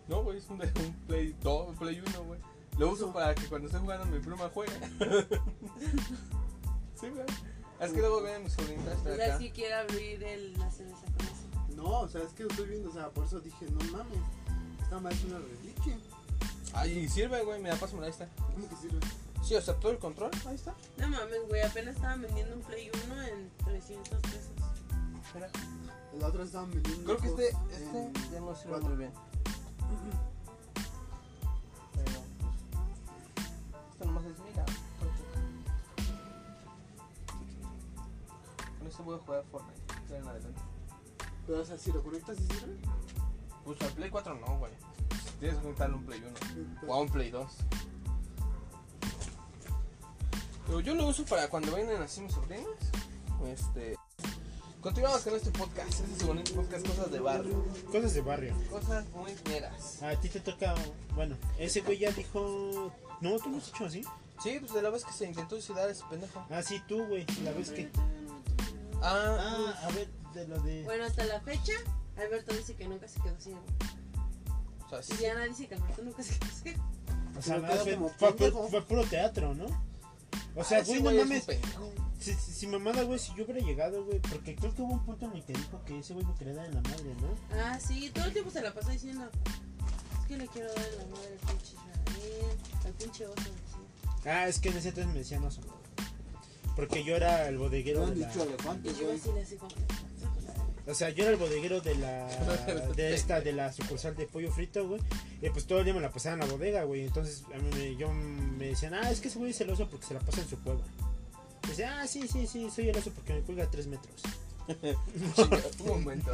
Speaker 3: No, güey, es un, de- un play 2, play 1, güey. Lo uso para que cuando esté jugando mi pluma juegue. sí, güey. Es que luego vienen mis sobrinitas
Speaker 5: O
Speaker 3: hasta
Speaker 5: sea,
Speaker 3: acá.
Speaker 5: sí quiere abrir el, la cerveza con eso.
Speaker 1: No, o sea, es que lo estoy viendo, o sea, por eso dije, no mames. Esta madre es una reliquia.
Speaker 3: Ay, sirve, güey, mira, pásamela, ahí está.
Speaker 1: ¿Cómo que sirve?
Speaker 3: Sí, o sea, todo el control, ahí está.
Speaker 5: No mames, güey, apenas estaban vendiendo un Play 1 en 300 pesos.
Speaker 3: Espera.
Speaker 1: La otra estaban vendiendo.
Speaker 3: Creo que este,
Speaker 1: cosas en
Speaker 3: este ya no sirve
Speaker 1: cuatro.
Speaker 3: muy bien. Pero, pues, esto nomás es mira. Con esto voy a jugar Fortnite, de ahí en adelante.
Speaker 1: Pero, o sea, si lo conectas, ¿sí sirve?
Speaker 3: Pues al Play 4 no, güey. Tienes que juntarle un Play 1 o a un Play 2. Pero yo lo uso para cuando vienen así mis sobrinas. Este. Continuamos con este podcast. Este es su bonito podcast, cosas de barrio.
Speaker 2: Cosas de barrio.
Speaker 3: Cosas muy meras.
Speaker 2: A ti te toca. Bueno, ese güey ya dijo. No, tú no has hecho así.
Speaker 3: Sí, pues de la vez que se intentó suicidar ese pendejo.
Speaker 2: Ah, sí, tú, güey. La vez que.
Speaker 3: Ah,
Speaker 2: Ah, a ver, de lo de.
Speaker 5: Bueno, hasta la fecha, Alberto dice que nunca se quedó ciego.
Speaker 3: o sea, sí.
Speaker 5: Y Diana dice que Alberto nunca se quedó ciego.
Speaker 2: O sea,
Speaker 1: Pero queda
Speaker 2: fue,
Speaker 1: como
Speaker 2: fue, pu-
Speaker 1: pendejo.
Speaker 2: fue puro teatro, ¿no? O
Speaker 3: Ah,
Speaker 2: sea,
Speaker 3: ese
Speaker 2: güey, no
Speaker 3: güey es un
Speaker 2: mames.
Speaker 3: pendejo.
Speaker 2: Si, si, si mamada, güey, si yo hubiera llegado, güey. Porque creo que hubo un punto en el que dijo que ese güey me quería dar en la madre, ¿no?
Speaker 5: Ah, sí, todo el tiempo se la pasa diciendo: Es que le quiero dar en la madre al pinche Israel, al pinche oso. sí".
Speaker 2: Ah, es que en ese entonces me decían oso. Porque yo era el bodeguero
Speaker 1: Lo han
Speaker 2: de la...
Speaker 1: dicho
Speaker 5: Y
Speaker 1: elefante,
Speaker 5: yo
Speaker 1: güey.
Speaker 5: así le así como.
Speaker 2: O sea, yo era el bodeguero de la... De esta, de la sucursal de pollo frito, güey. Y pues todo el día me la pasaba en la bodega, güey. Entonces a mí me, yo me decían, ah, es que ese güey es el oso porque se la pasa en su cueva. Y decía, ah, sí, sí, sí, soy el oso porque me cuelga a tres metros.
Speaker 3: Chinga, Un momento.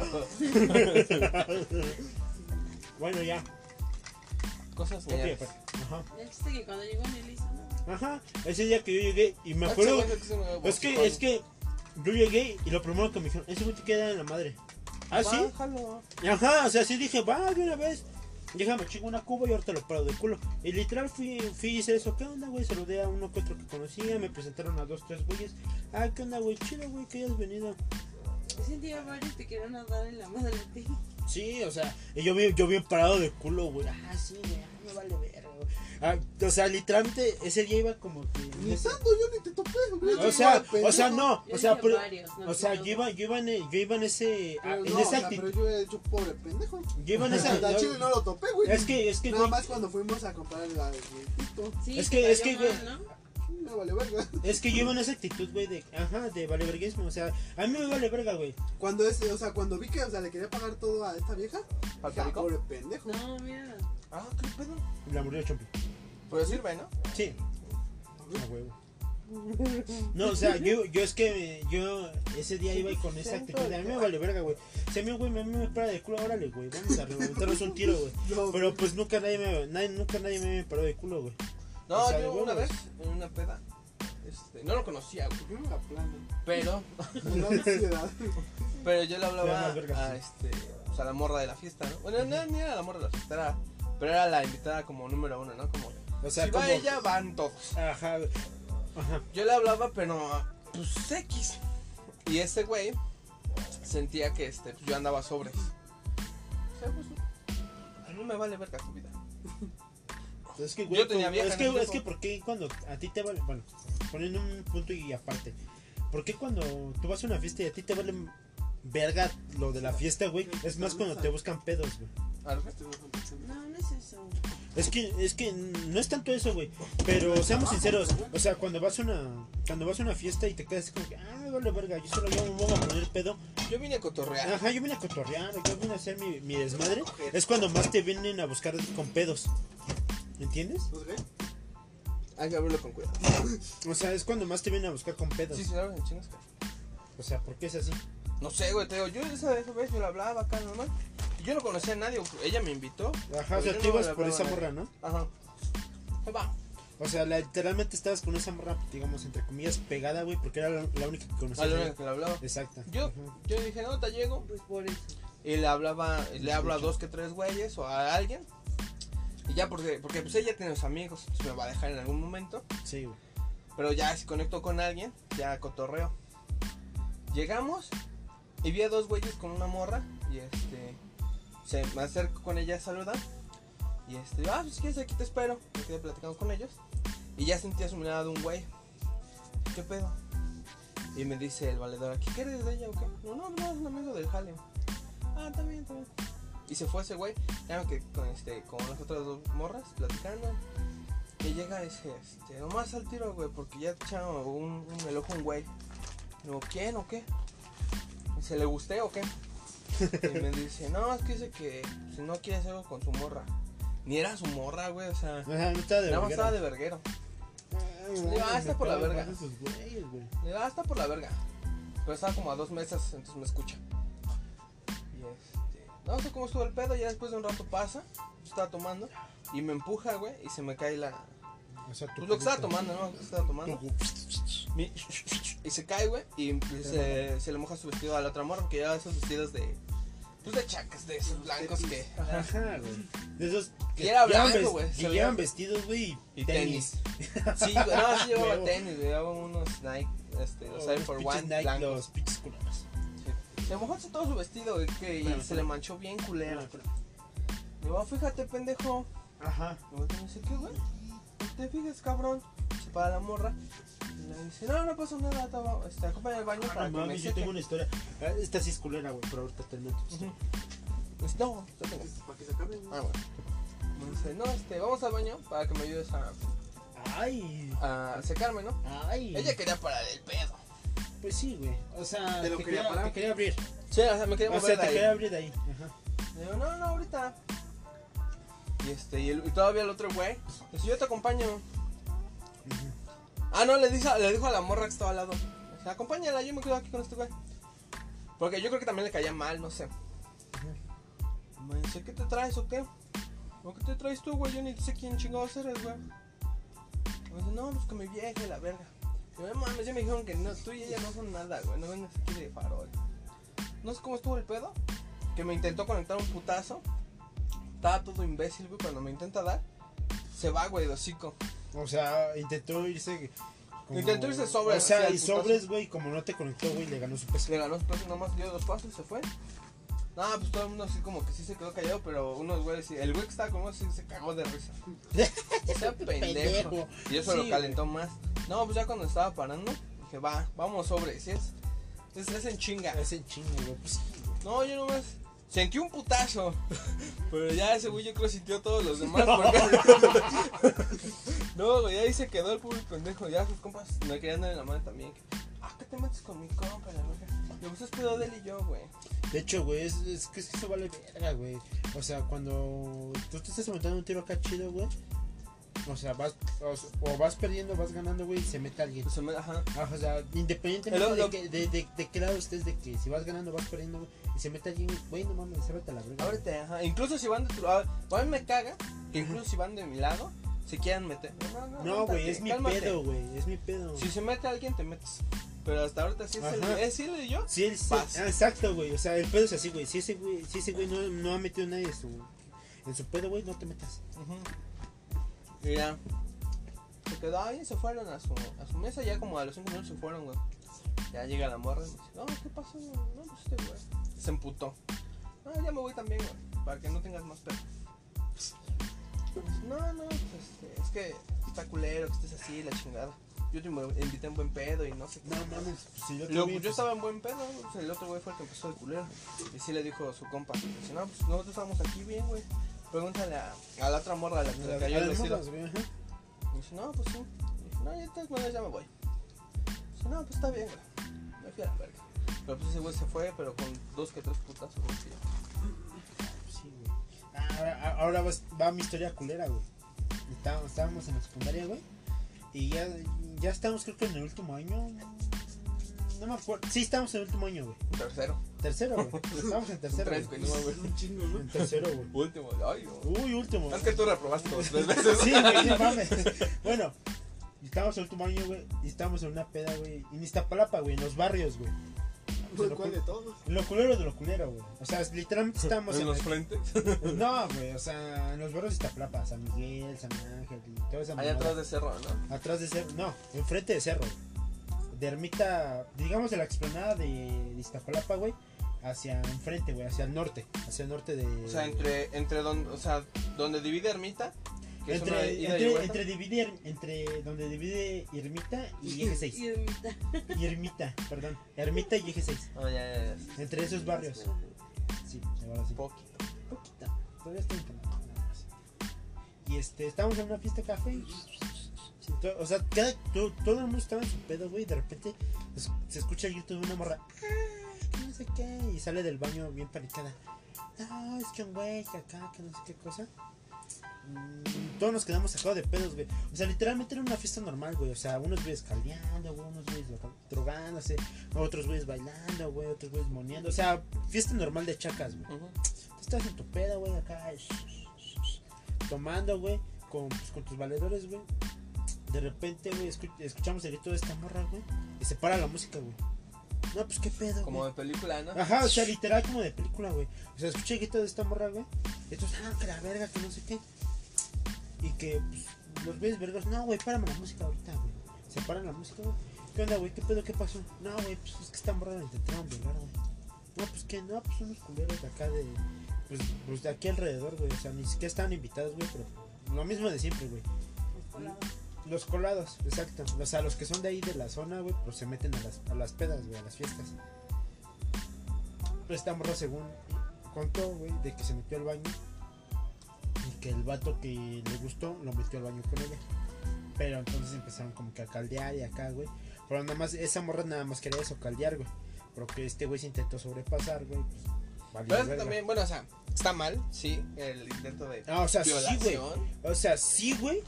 Speaker 2: Bueno, ya.
Speaker 3: Cosas
Speaker 2: Ok,
Speaker 3: meras.
Speaker 2: pues, Ajá.
Speaker 5: El chiste que cuando llegó Nelly, ¿no?
Speaker 2: Ajá. Ese día que yo llegué y me
Speaker 3: Ah,
Speaker 2: acuerdo...
Speaker 3: chaval, se me
Speaker 2: Es que, es que yo llegué y lo primero que me dijeron, ese güey te queda en la madre. ¿Ah, sí?
Speaker 3: Bájalo.
Speaker 2: Ajá, o sea, sí dije, va, de una vez. Déjame chingo una cuba y ahorita lo paro de culo. Y literal fui, fui y hice eso. ¿Qué onda, güey? Saludé a uno que otro que conocía. Me presentaron a dos, tres güeyes. Ah, ¿qué onda, güey? Chido, güey, que hayas venido.
Speaker 5: Ese día varios te querían dar en la madre a ti.
Speaker 2: Sí, o sea, y yo bien, yo bien parado de culo, güey. Ah, sí, güey, ah, me vale verga, güey. Ah, o sea, literalmente ese día iba como
Speaker 1: Ni
Speaker 2: que.
Speaker 1: santo, yo ni te topé, güey.
Speaker 2: O sea,
Speaker 1: Pendejo.
Speaker 2: o sea, no,
Speaker 5: Yo
Speaker 2: o sea,
Speaker 5: dije
Speaker 2: pero-
Speaker 5: varios, no
Speaker 2: o sea,
Speaker 5: dije
Speaker 2: yo iba, yo iba en, e, yo iba en ese,
Speaker 1: Pero
Speaker 2: en
Speaker 1: Ah, no, o
Speaker 2: esa
Speaker 1: sea,
Speaker 2: actitud,
Speaker 1: pero yo he hecho pobre pendejo.
Speaker 2: yo iba en esa,
Speaker 1: Hasta Chile no lo topé, güey.
Speaker 2: Es que, es que,
Speaker 1: Nada
Speaker 2: güey,
Speaker 1: más cuando fuimos a comprar la del viejito.
Speaker 5: Sí,
Speaker 2: Es
Speaker 5: te
Speaker 2: que- es
Speaker 5: cayó
Speaker 2: que,
Speaker 5: mal, ¿no?
Speaker 1: Me vale verga.
Speaker 2: es que llevan esa actitud, güey, de, ajá, de valeverguismo, o sea, a mí me vale verga, güey.
Speaker 1: Cuando ese, o sea, cuando vi que, o sea, le quería pagar todo a esta vieja.
Speaker 3: ¿Al
Speaker 1: dije, ah,
Speaker 3: perico?
Speaker 1: pobre pendejo.
Speaker 5: No, mira.
Speaker 3: Ah, qué pedo.
Speaker 2: La murió Chompi.
Speaker 3: Pero sirve, ¿no?
Speaker 2: Sí. A huevo. No, o sea, yo, yo es que eh, yo ese día iba y con esa actitud, de, a mí me vale verga, güey. Si a mí, güey, a mí me para de culo, órale, güey, vamos a reventarnos un tiro, güey.
Speaker 1: No,
Speaker 2: Pero pues nunca nadie me, nadie- nunca nadie me paró de culo, güey.
Speaker 3: No,
Speaker 2: O sea,
Speaker 3: yo
Speaker 2: de
Speaker 3: una vez
Speaker 2: huevos.
Speaker 3: en una peda. Este, no lo conocía, güey.
Speaker 1: yo me la plana.
Speaker 3: Pero,
Speaker 1: Me da ansiedad.
Speaker 3: pero yo le
Speaker 2: Ya,
Speaker 3: hablaba
Speaker 2: más vergas,
Speaker 3: a,
Speaker 2: sí.
Speaker 3: este, pues, a la morra de la fiesta, ¿no? Bueno, no, ni era la morra de la fiesta, era, pero era la invitada como número uno, ¿no? Como,
Speaker 2: O sea,
Speaker 3: si
Speaker 2: como,
Speaker 3: va ella, van todos.
Speaker 2: ajá, güey. ajá,
Speaker 3: Yo le hablaba, pero, pues, X. Y este güey sentía que, este, pues, yo andaba sobres. O sea, pues, a mí me vale verga tu vida.
Speaker 2: Es que, güey,
Speaker 3: Yo tenía
Speaker 2: como-
Speaker 3: vieja
Speaker 2: es
Speaker 3: en
Speaker 2: que,
Speaker 3: ese
Speaker 2: es
Speaker 3: tiempo.
Speaker 2: que, ¿por qué cuando a ti te vale? Bueno, poniendo un punto y aparte, ¿por qué cuando tú vas a una fiesta y a ti te vale verga lo de la fiesta, güey? Es más cuando te buscan pedos, güey.
Speaker 3: A ver,
Speaker 5: No, no es eso.
Speaker 2: Es que, es que no es tanto eso, güey. Pero seamos sinceros, o sea, cuando vas a una, cuando vas a una fiesta y te quedas así como que, ah, me vale verga, yo solo yo me voy a poner pedo.
Speaker 3: yo vine a cotorrear.
Speaker 2: Ajá, yo vine a cotorrear, yo vine a hacer mi, mi desmadre. Es cuando más te vienen a buscar con pedos. ¿Entiendes?
Speaker 1: ¿Los gay?
Speaker 3: Hay que abrirlo con cuidado.
Speaker 2: O sea, es cuando más te vienen a buscar con pedos.
Speaker 3: Sí, sí, la abres en chingas, cara.
Speaker 2: O sea, ¿por qué es así?
Speaker 3: No sé, güey, te digo, yo esa, esa vez yo la hablaba acá normal. Y yo no conocía a nadie, güey. ella me invitó.
Speaker 2: Ajá, o
Speaker 3: Pero
Speaker 2: sea,
Speaker 3: yo
Speaker 2: tú
Speaker 3: no
Speaker 2: ibas
Speaker 3: le
Speaker 2: por
Speaker 3: hablaba
Speaker 2: esa
Speaker 3: a nadie.
Speaker 2: morra, ¿no?
Speaker 3: Ajá. Ahí Va.
Speaker 2: O sea, la- literalmente estabas con esa morra, digamos, entre comillas, pegada, güey, porque era la, la única que
Speaker 3: A
Speaker 2: conocías.
Speaker 3: Ah, la
Speaker 2: güey.
Speaker 3: única que la hablaba.
Speaker 2: Exacto.
Speaker 3: Yo,
Speaker 2: Ajá.
Speaker 3: yo dije, no, te llego.
Speaker 5: Pues por eso.
Speaker 3: y le hablaba, le hablo a dos que tres güeyes o a alguien. Y ya porque, porque pues ella tiene sus amigos, pues me va a dejar en algún momento.
Speaker 2: Sí, güey.
Speaker 3: Pero ya si conecto con alguien, ya cotorreo. Llegamos y vi a dos güeyes con una morra y este se me acerco con ella a saludar. Y este, ah, pues quieres aquí te espero. Me quedé platicando con ellos. Y ya sentía su mirada de un güey. ¿Qué pedo? Y me dice el valedor, ¿qué quieres de ella o qué? No, no, no, es un amigo del jaleo. Ah, también, también. Y se fue ese güey. Ya que con este, con las otras dos morras platicando. Que llega y dice, este, nomás al tiro, güey, porque ya te echaron un, un el ojo a un güey. Digo, ¿quién o qué? ¿Se le gusté o qué? Y me dice, no, es que dice que si no quiere hacer algo con su morra. Ni era su morra, güey, o sea,
Speaker 2: Ajá, no estaba de
Speaker 3: nada más
Speaker 2: verguera.
Speaker 3: estaba de verguero.
Speaker 2: Ay,
Speaker 3: Le va, está por la
Speaker 2: me
Speaker 3: verga.
Speaker 2: pasan sus güeyes, güey.
Speaker 3: Le da hasta por la verga. Pero estaba como a dos mesas, entonces me escucha. Y este. No sé cómo estuvo el pedo, ya después de un rato pasa. yo Estaba tomando. Y me empuja, güey, y se me cae la.
Speaker 2: O sea, tu
Speaker 3: Pues lo que estaba
Speaker 2: culito.
Speaker 3: tomando, ¿no? Lo que estaba tomando.
Speaker 2: Tu-
Speaker 3: Mi- Y se cae, güey, y se, se le moja su vestido a la otra morra, porque lleva esos vestidos de. Pues de chacas, de esos blancos que. ajá,
Speaker 2: Ajá, güey. De esos que
Speaker 3: Y era
Speaker 2: llevan,
Speaker 3: blanco,
Speaker 2: vest-
Speaker 3: güey,
Speaker 2: que
Speaker 3: se
Speaker 2: llevan
Speaker 3: veía-
Speaker 2: vestidos, güey,
Speaker 3: Y tenis. Sí, güey, no, sí llevaba
Speaker 2: Huevo.
Speaker 3: tenis, güey, llevaba unos Nike, este, los Air for
Speaker 2: pinches
Speaker 3: One
Speaker 2: Oh, Nike,
Speaker 3: blancos.
Speaker 2: Los pinches culeros.
Speaker 3: Se mojó todo su vestido güey, que, y
Speaker 2: Espérame,
Speaker 3: se
Speaker 2: espérame.
Speaker 3: le manchó bien culero. Digo, ah, fíjate, pendejo.
Speaker 2: Ajá.
Speaker 3: Luego me dice, ¿qué, güey? No te fijas, cabrón. Se para la morra. Y le dice, no, no pasa nada, toma, este, acompáñame al baño para
Speaker 2: Ah,
Speaker 3: que me
Speaker 2: mami, yo
Speaker 3: seque.
Speaker 2: tengo una historia. Ah, Esta sí es culera, güey, pero ahorita te meto.
Speaker 3: Ujú. Dice, no, yo tengo.
Speaker 1: Para que se acabe.
Speaker 3: Ah, bueno. Me dice, no, este, vamos al baño para que me ayudes a,
Speaker 2: Ay.
Speaker 3: a secarme, ¿no?
Speaker 2: Ay.
Speaker 3: Ella quería parar el pedo.
Speaker 2: Pues sí, güey. O sea,
Speaker 1: Te lo
Speaker 2: te
Speaker 1: quería
Speaker 2: quería,
Speaker 1: parar.
Speaker 2: te quería abrir.
Speaker 3: Sí, o sea, me quería
Speaker 2: O sea,
Speaker 3: mover de
Speaker 2: te
Speaker 3: ahí.
Speaker 2: quería abrir de ahí. Ajá.
Speaker 3: Le digo, no, no, ahorita. Y este, y, el- y todavía el otro güey. Dice, yo te acompaño. Ah, no, le dijo, le dijo a la morra que estaba al lado. O sea, acompáñala, yo me quedo aquí con este güey. Porque yo creo que también le caía mal, no sé. Me dice, ¿qué te traes o qué? ¿O qué te traes tú, güey? Yo ni sé quién chingados eres, güey. Me dice, no, pues que me vieje, la verga. Y yo, "No mames, ya me dijeron que no, tú y ella no son nada, güey. No vengas aquí de farol. No sé cómo estuvo el pedo. Que me intentó conectar un putazo. Estaba todo imbécil, güey. Cuando me intenta dar, se va, güey, de hocico.
Speaker 2: O sea, intentó irse. como-
Speaker 3: Intentó irse sobre,
Speaker 2: O sea,
Speaker 3: hacia el
Speaker 2: y
Speaker 3: putazo.
Speaker 2: sobres, güey, como no te conectó, güey, le ganó su peso.
Speaker 3: Le ganó dos pasos, nomás dio dos pasos y se fue. Nada, pues todo el mundo así como que sí se quedó callado, pero unos güeyes, sí- el güey que estaba conmigo sí se cagó de risa. Ese pendejo.
Speaker 2: Pendejo.
Speaker 3: Y eso
Speaker 2: Sí,
Speaker 3: lo calentó más. No, pues ya cuando estaba parando, dije, va, vamos sobre, si es. Es, es en chinga.
Speaker 2: Ese chingo, güey. Pues sí, güey.
Speaker 3: No, yo nomás sentí un putazo. Pero ya ese güey yo creo que sintió todos los demás. porque- No, güey, ahí se quedó el pobre pendejo. Ya sus compas me querían dar en la mano también. que, Ah, ¿qué te metes con mi compa, la verga? Yo, pues es pedo de él y yo, güey.
Speaker 2: De hecho, güey, es, es que eso vale verga, güey. O sea, cuando tú te estás montando un tiro acá chido, güey. O sea, vas, o, s- o vas perdiendo, vas ganando, güey, y se mete alguien.
Speaker 3: Pues se me, ajá.
Speaker 2: Ajá, o sea, independientemente
Speaker 3: Pero
Speaker 2: de,
Speaker 3: lo-
Speaker 2: que- de, de- de qué lado estés, de que si vas ganando, vas perdiendo, güey, y se mete alguien, güey, no mames, se mete a la verga. güey.
Speaker 3: Ábrete, ajá. Incluso si van de tu lado. A mí me caga que incluso si van de mi lado, se quieran meter. No, no,
Speaker 2: No, güey,
Speaker 3: aguántate,
Speaker 2: es mi
Speaker 3: cálmate.
Speaker 2: pedo, güey, es mi pedo.
Speaker 3: Si
Speaker 2: Sí,
Speaker 3: se mete alguien, te metes. Pero hasta ahorita sí es el,
Speaker 2: Ajá.
Speaker 3: es él y yo.
Speaker 2: el- sí,
Speaker 3: Vas.
Speaker 2: ah, exacto, güey, o sea, el pedo es así, güey. Si ese güey, si ese güey no, no ha metido nadie en su, en su pedo, güey, no te metas.
Speaker 3: Ujú. Y ya. Se quedó ahí y se fueron a su, a su mesa. Ya como a los 5 minutos se fueron, güey. Ya llega la morra y me dice, no, ¿qué pasó? güey? No, pues este güey. Se emputó. No, ya me voy también, güey. Para que no tengas más pedo. Me dice, No, no, pues este, es que está culero que estés así, la chingada. Yo te invité en buen pedo y no sé qué.
Speaker 2: No mames, pues, si yo
Speaker 3: Luego,
Speaker 2: también,
Speaker 3: pues, yo
Speaker 2: pues,
Speaker 3: estaba en buen pedo, güey, pues, el otro güey fue el que empezó el culero. Y sí le dijo a su compa, dice, no, pues nosotros estamos aquí bien, güey. Pregúntale a, a la otra morra a la que le
Speaker 2: a
Speaker 3: cayó el
Speaker 2: las
Speaker 3: vestido.
Speaker 2: morras, güey, ajá.
Speaker 3: Y dice, no, pues sí. Y dije, no, ya de todas maneras ya me voy. Dice, no, pues está bien, güey. Me fui a la verga. Pero pues ese güey se fue, pero con dos que tres putas.
Speaker 2: Sí, güey. Ahora, ahora vas- va mi historia culera, güey. Está- Estábamos en la secundaria, güey. Y ya, ya estábamos, creo que en el último año. mm, No me acuerdo. Sí, estábamos en el último año, güey.
Speaker 3: Tercero.
Speaker 2: Tercero, güey. Estábamos en tercero.
Speaker 3: Tres,
Speaker 2: güey.
Speaker 3: güey, no mames.
Speaker 1: Un chingo, ¿no?
Speaker 2: En tercero, güey.
Speaker 3: Último, ay, no.
Speaker 2: Uy, último.
Speaker 3: Uh, Es que tú reprobaste dos tres veces.
Speaker 2: Sí, güey, no mames. Bueno, estábamos en el último año, güey. Y estábamos en una peda, güey. En Iztapalapa, güey. En los barrios, güey. lo
Speaker 1: ¿Cuál de
Speaker 2: cul-
Speaker 1: todos?
Speaker 2: Lo culero de lo culero, güey. O sea, literalmente estamos
Speaker 6: en
Speaker 2: en.
Speaker 6: los frentes.
Speaker 2: No, güey, o sea, en los barrios de Iztapalapa, San Miguel, San Ángel y toda esa
Speaker 3: Allá
Speaker 2: mamada.
Speaker 3: atrás de cerro, ¿no?
Speaker 2: Atrás de cerro, no, enfrente de cerro. güey. De ermita, digamos de la explanada de, de Iztapalapa, güey, hacia enfrente, güey, hacia el norte, hacia el norte de.
Speaker 3: O sea, entre, entre donde, o sea, donde divide Ermita, que es una
Speaker 2: entre,
Speaker 3: ida y
Speaker 2: entre,
Speaker 3: vuelta.
Speaker 2: entre divide, entre donde divide ermita y eje 6.
Speaker 5: Y en mitad.
Speaker 2: Y ermita, perdón, ermita y eje 6.
Speaker 3: Ah, ya, ya, ya.
Speaker 2: Entre esos barrios. Sí, ahora sí.
Speaker 3: Poquito.
Speaker 2: Poquita, todavía está inflamado, nada más. Y este, estábamos en una fiesta café. y- sí, to- o sea, cada- to- todo el mundo estaba en su pedo, güey. Y de repente es- se escucha el grito de una morra. "Ah, que No sé qué. Y sale del baño bien panicada. No, es que un güey que acá, que no sé qué cosa. Mm, Todos nos quedamos sacados de pedos, güey. O sea, literalmente era una fiesta normal, güey. O sea, unos güeyes caldeando, güey. Unos güeyes loca- drogándose. Otros güeyes bailando, güey. Otros güeyes moneando. O sea, fiesta normal de chacas, güey.
Speaker 3: Ujú.
Speaker 2: Tú estás en tu peda, güey, acá. sh- sh- sh- Tomando, güey, con, pues, con tus valedores, güey. De repente, güey, escu- escuchamos el grito de esta morra, güey. Y se para la música, güey. No, pues qué pedo,
Speaker 3: Como
Speaker 2: güey.
Speaker 3: de película, ¿no?
Speaker 2: Ajá, o sea, literal como de película, güey. O sea, escuché el grito de esta morra, güey. Y estos, ah, que la verga, que no sé qué. Y que, pues, los ves vergas. No, güey, párame la música ahorita, güey. Se paran la música, güey. ¿Qué onda, güey? ¿Qué pedo? ¿Qué pasó? No, güey, pues es que esta morra la intentaron violar, güey. No, pues que no, pues unos culeros de acá de. Pues, pues de aquí alrededor, güey. O sea, ni siquiera estaban invitados, güey, pero lo mismo de siempre, güey. Los colados, exacto. O sea, los que son de ahí de la zona, güey, pues se meten a las, a las pedas, güey, a las fiestas. Pero esta morra, según contó, güey, de que se metió al baño y que el vato que le gustó lo metió al baño con ella. Pero entonces empezaron como que a caldear y acá, güey. Pero nada más, esa morra nada más quería eso, caldear, güey. Pero que este güey se intentó sobrepasar, güey. pues, valió
Speaker 3: Pero es que
Speaker 2: verga.
Speaker 3: también, bueno, o sea, está mal, sí, el intento de
Speaker 2: Ah, o sea, sí,
Speaker 3: violación.
Speaker 2: güey. O sea, sí, güey.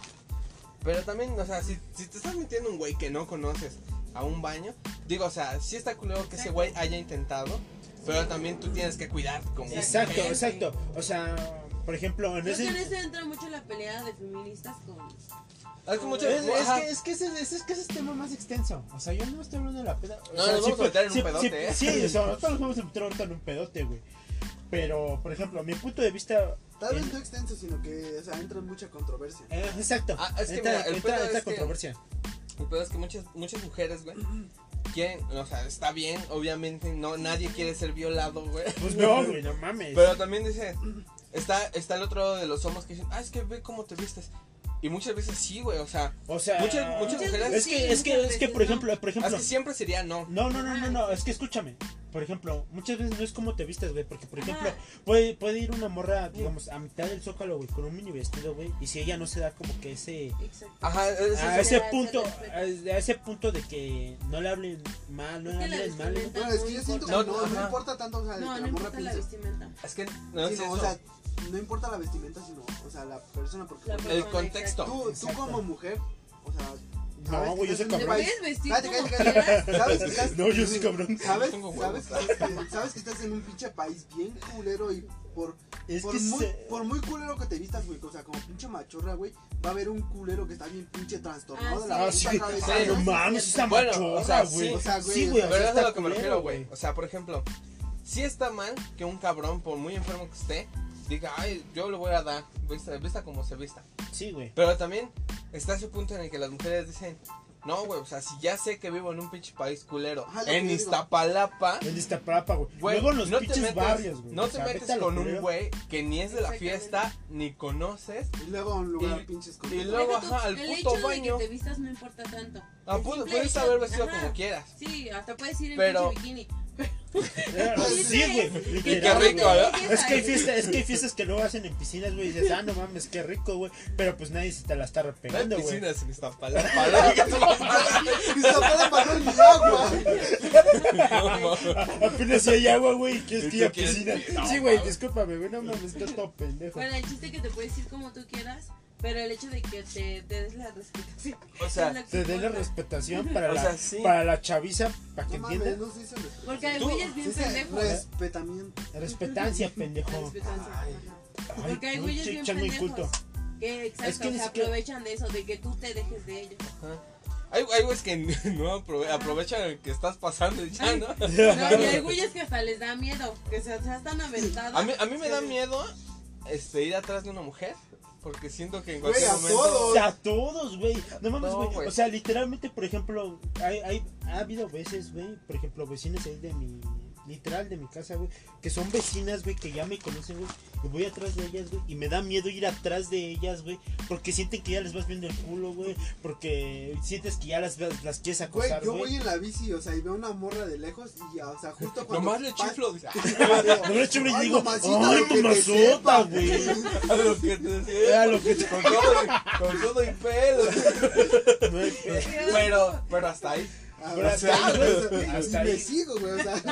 Speaker 3: Pero también, o sea, si, si te estás metiendo un güey que no conoces a un baño, digo, o sea, sí está culero que ese güey haya intentado, pero también tú tienes que cuidarte como
Speaker 2: Exacto,
Speaker 5: Exactamente.
Speaker 2: exacto. O sea, por ejemplo, en
Speaker 5: Creo que en
Speaker 2: ese.
Speaker 5: eso entra mucho la pelea de feministas con.
Speaker 3: Es que mucho-
Speaker 2: Es, es
Speaker 3: ajá.
Speaker 2: que, es, que ese, ese- es que ese es tema más extenso. O sea, yo no estoy hablando de la peda. O
Speaker 3: No,
Speaker 2: sea,
Speaker 3: nos vamos a
Speaker 2: fue-
Speaker 3: meter en un
Speaker 2: sí-
Speaker 3: pedote,
Speaker 2: Sí,
Speaker 3: ¿eh?
Speaker 2: sí, o sea, nosotros nos vamos a meter ahorita en un pedote, güey. Pero, por ejemplo, mi punto de vista.
Speaker 1: Tal vez
Speaker 2: en-
Speaker 1: no extenso, sino que, o sea, entra en mucha controversia.
Speaker 2: eh, exacto.
Speaker 3: Ah, es que
Speaker 2: entra
Speaker 3: mira, el
Speaker 2: entra-
Speaker 3: pedo
Speaker 2: entra
Speaker 3: es que-
Speaker 2: controversia.
Speaker 3: El pedo es que muchas, muchas mujeres, güey, quieren, o sea, está bien, obviamente, no, nadie quiere ser violado, güey.
Speaker 2: Pues no, güey, no mames.
Speaker 3: Pero también dice, está, está el otro lado de los hombres que dicen, ah, es que ve cómo te vistes. Y muchas veces sí, güey, o sea,
Speaker 2: o sea,
Speaker 3: muchas- muchas mujeres-
Speaker 2: es que, es que, es que, por ejemplo, por
Speaker 3: es
Speaker 2: ejemplo.
Speaker 3: que siempre Ah, sería no.
Speaker 2: No, no, no, no, no, es que escúchame. Por ejemplo, muchas veces no es como te vistes, güey. Porque, por
Speaker 5: Ajá.
Speaker 2: ejemplo, puede, puede ir una morra, digamos, a mitad del zócalo, güey, con un mini vestido, güey. Y si ella no se da como que ese.
Speaker 5: Exacto.
Speaker 3: Ajá, es-
Speaker 2: A
Speaker 3: es-
Speaker 2: ese
Speaker 5: sí. Ese
Speaker 2: punto, a
Speaker 5: respeto.
Speaker 2: a ese punto de que no le hablen mal, no
Speaker 5: Es
Speaker 2: le
Speaker 5: que la
Speaker 2: hablen mal.
Speaker 5: vestimenta-
Speaker 1: Bueno, es que yo siento que
Speaker 3: No,
Speaker 1: no, no,
Speaker 3: ajá.
Speaker 1: importa tanto, o sea,
Speaker 5: No,
Speaker 1: que
Speaker 5: no
Speaker 1: Ah, la morra
Speaker 5: importa la
Speaker 1: piense.
Speaker 5: vestimenta.
Speaker 3: es que no es
Speaker 1: sino,
Speaker 3: eso.
Speaker 1: o sea, no importa la vestimenta, sino, o sea, la persona, porque
Speaker 5: La
Speaker 1: por
Speaker 5: persona.
Speaker 1: ejemplo,
Speaker 3: el contexto.
Speaker 1: tú, tú
Speaker 2: Exacto.
Speaker 1: como mujer, o sea,
Speaker 2: No,
Speaker 1: sabes que
Speaker 2: güey, yo
Speaker 1: estás
Speaker 2: soy
Speaker 1: en un
Speaker 5: Te
Speaker 2: cabrón.
Speaker 1: país-
Speaker 5: puedes vestir
Speaker 1: Cállate,
Speaker 5: como
Speaker 1: cállate,
Speaker 5: quieras.
Speaker 1: ¿Sabes que estás-
Speaker 2: No, yo sí, cabrón.
Speaker 1: ¿Sabes,
Speaker 3: Tengo
Speaker 1: sabes,
Speaker 3: huevos.
Speaker 1: que, sabes que estás en un pinche país bien culero y por,
Speaker 2: Es
Speaker 1: por,
Speaker 2: que
Speaker 1: muy,
Speaker 2: se-
Speaker 1: por muy culero que te vistas, güey, o sea, como pinche machorra, güey, va a haber un culero que está bien pinche trastornado de la
Speaker 2: Ah,
Speaker 5: Ah,
Speaker 2: sí.
Speaker 1: puta cabeza.
Speaker 2: Ah, no
Speaker 5: Sí.
Speaker 2: mames, esa
Speaker 3: Bueno, o sea,
Speaker 2: machorra,
Speaker 3: sí.
Speaker 2: güey.
Speaker 1: O sea, güey,
Speaker 2: Sí, güey.
Speaker 1: o
Speaker 2: o sea,
Speaker 3: Pero es
Speaker 2: está
Speaker 3: a lo que me
Speaker 2: culero,
Speaker 3: refiero, güey. O sea, por ejemplo, sí está mal que un cabrón, por muy enfermo que esté, diga, ay, yo lo voy a dar, vista, vista como se vista.
Speaker 2: Sí, güey.
Speaker 3: Pero también está ese punto en el que las mujeres dicen, no, güey, o sea, si ya sé que vivo en un pinche país culero,
Speaker 1: Ajá, lo que
Speaker 3: en
Speaker 1: digo.
Speaker 3: Iztapalapa,
Speaker 2: El Iztapalapa, güey.
Speaker 3: güey,
Speaker 2: Luego en los
Speaker 3: no te
Speaker 2: pinches
Speaker 3: metes,
Speaker 2: barrios, güey.
Speaker 3: no
Speaker 2: O
Speaker 3: te
Speaker 2: sea,
Speaker 3: metes
Speaker 2: vete a lo
Speaker 3: con un
Speaker 2: culero.
Speaker 3: güey que ni es de la
Speaker 5: Exactamente.
Speaker 3: fiesta, ni conoces.
Speaker 1: Y luego un lugar
Speaker 3: Y-
Speaker 1: pinches con
Speaker 3: y luego-
Speaker 5: Deja
Speaker 3: ajá,
Speaker 5: tú,
Speaker 3: al
Speaker 5: el
Speaker 3: puto
Speaker 5: hecho
Speaker 3: baño.
Speaker 5: de que te vistas no importa tanto.
Speaker 3: Ah,
Speaker 5: El
Speaker 3: puedes,
Speaker 5: simple
Speaker 3: puedes
Speaker 5: hecho-
Speaker 3: haber vestido
Speaker 5: ajá.
Speaker 3: como quieras.
Speaker 5: Sí, hasta puedes ir en
Speaker 3: Pero-
Speaker 5: pinche bikini.
Speaker 2: Eh, Sí, güey.
Speaker 5: Y
Speaker 3: Y qué
Speaker 2: literal,
Speaker 3: rico,
Speaker 2: güey.
Speaker 3: ¿verdad?
Speaker 2: Es que, hay fiesta, es que hay fiestas que luego hacen en piscinas, güey, y dices, ah, no mames, qué rico, güey. Pero pues nadie se te la está
Speaker 3: No hay
Speaker 2: repegando, güey.
Speaker 3: piscinas en Iztapalapa.
Speaker 1: Y se para pasar mi agua.
Speaker 3: No, no.
Speaker 2: Apenas si hay agua, güey, y quieres
Speaker 3: ¿Y
Speaker 2: que ir a
Speaker 3: tú quieres
Speaker 2: piscina.
Speaker 3: que- no,
Speaker 2: Sí, güey,
Speaker 3: mames.
Speaker 2: discúlpame, güey, no mames, estás todo pendejo.
Speaker 5: Bueno, el chiste que te puedes ir como tú quieras, pero el hecho de que te, te des la respetación.
Speaker 3: O sea,
Speaker 5: es lo que
Speaker 2: Te den la
Speaker 5: importa.
Speaker 2: respetación para,
Speaker 3: O
Speaker 2: la,
Speaker 3: sea, sí.
Speaker 2: para la chaviza, para que
Speaker 1: No mames,
Speaker 2: entiendan.
Speaker 1: no se dice respeto.
Speaker 5: Porque hay
Speaker 3: Tú-
Speaker 5: güeyes bien
Speaker 1: Se dice
Speaker 5: pendejos.
Speaker 1: respetamiento.
Speaker 2: Respetancia, pendejo.
Speaker 5: Respetancia,
Speaker 1: Ay.
Speaker 5: ajá.
Speaker 2: Ay,
Speaker 5: Porque hay
Speaker 2: pinche
Speaker 5: güeyes bien
Speaker 2: chango
Speaker 5: pendejos.
Speaker 2: inculto.
Speaker 5: Que exacto,
Speaker 2: Es que ni
Speaker 5: se
Speaker 2: siquiera-
Speaker 5: aprovechan de eso, de que tú te dejes de ellos.
Speaker 3: Ajá. Hay, hay güeyes que no aprove- aprovechan el que estás pasando y ya,
Speaker 5: Ay,
Speaker 3: ¿no?
Speaker 5: No, y hay güeyes que hasta les da miedo, que se, se están aventados.
Speaker 3: A mí, a mí me da miedo este, ir atrás de una mujer. Porque siento que en
Speaker 1: Güey,
Speaker 3: cualquier
Speaker 1: a
Speaker 3: momento.
Speaker 1: todos.
Speaker 2: O sea, a todos, güey. No mames,
Speaker 3: No,
Speaker 2: güey.
Speaker 3: güey.
Speaker 2: o sea, literalmente, por ejemplo, hay, hay- ha habido veces, güey, por ejemplo, vecinas ahí de mi. Literal de mi casa, güey. Que son vecinas, güey, que ya me conocen, güey. Y voy atrás de ellas, güey. Y me da miedo ir atrás de ellas, güey. Porque sienten que ya les vas viendo el culo, güey. Porque sientes que ya las, las quieres
Speaker 1: Güey,
Speaker 2: acosar,
Speaker 1: yo
Speaker 2: güey.
Speaker 1: voy en la bici, o sea, y veo una morra de lejos y, ya, o sea, justo cuando...
Speaker 3: Nomás le
Speaker 1: pa-
Speaker 3: chiflo. dice, "Ah,
Speaker 2: No le echo brillo y
Speaker 1: Ay,
Speaker 2: digo,
Speaker 1: mamacita,
Speaker 2: ¡ay,
Speaker 1: lo
Speaker 2: tu
Speaker 1: que te
Speaker 2: masota,
Speaker 1: sepa".
Speaker 2: güey!
Speaker 3: A lo que te
Speaker 2: A
Speaker 3: decía.
Speaker 2: lo que te-
Speaker 3: Con todo, y- con todo y pelo. Pero, pero hasta ahí.
Speaker 1: Ahora,
Speaker 2: Hasta
Speaker 1: claro,
Speaker 2: ahí.
Speaker 1: o sea,
Speaker 2: Hasta
Speaker 1: y me
Speaker 2: ahí.
Speaker 1: sigo, güey, o sea...
Speaker 3: Es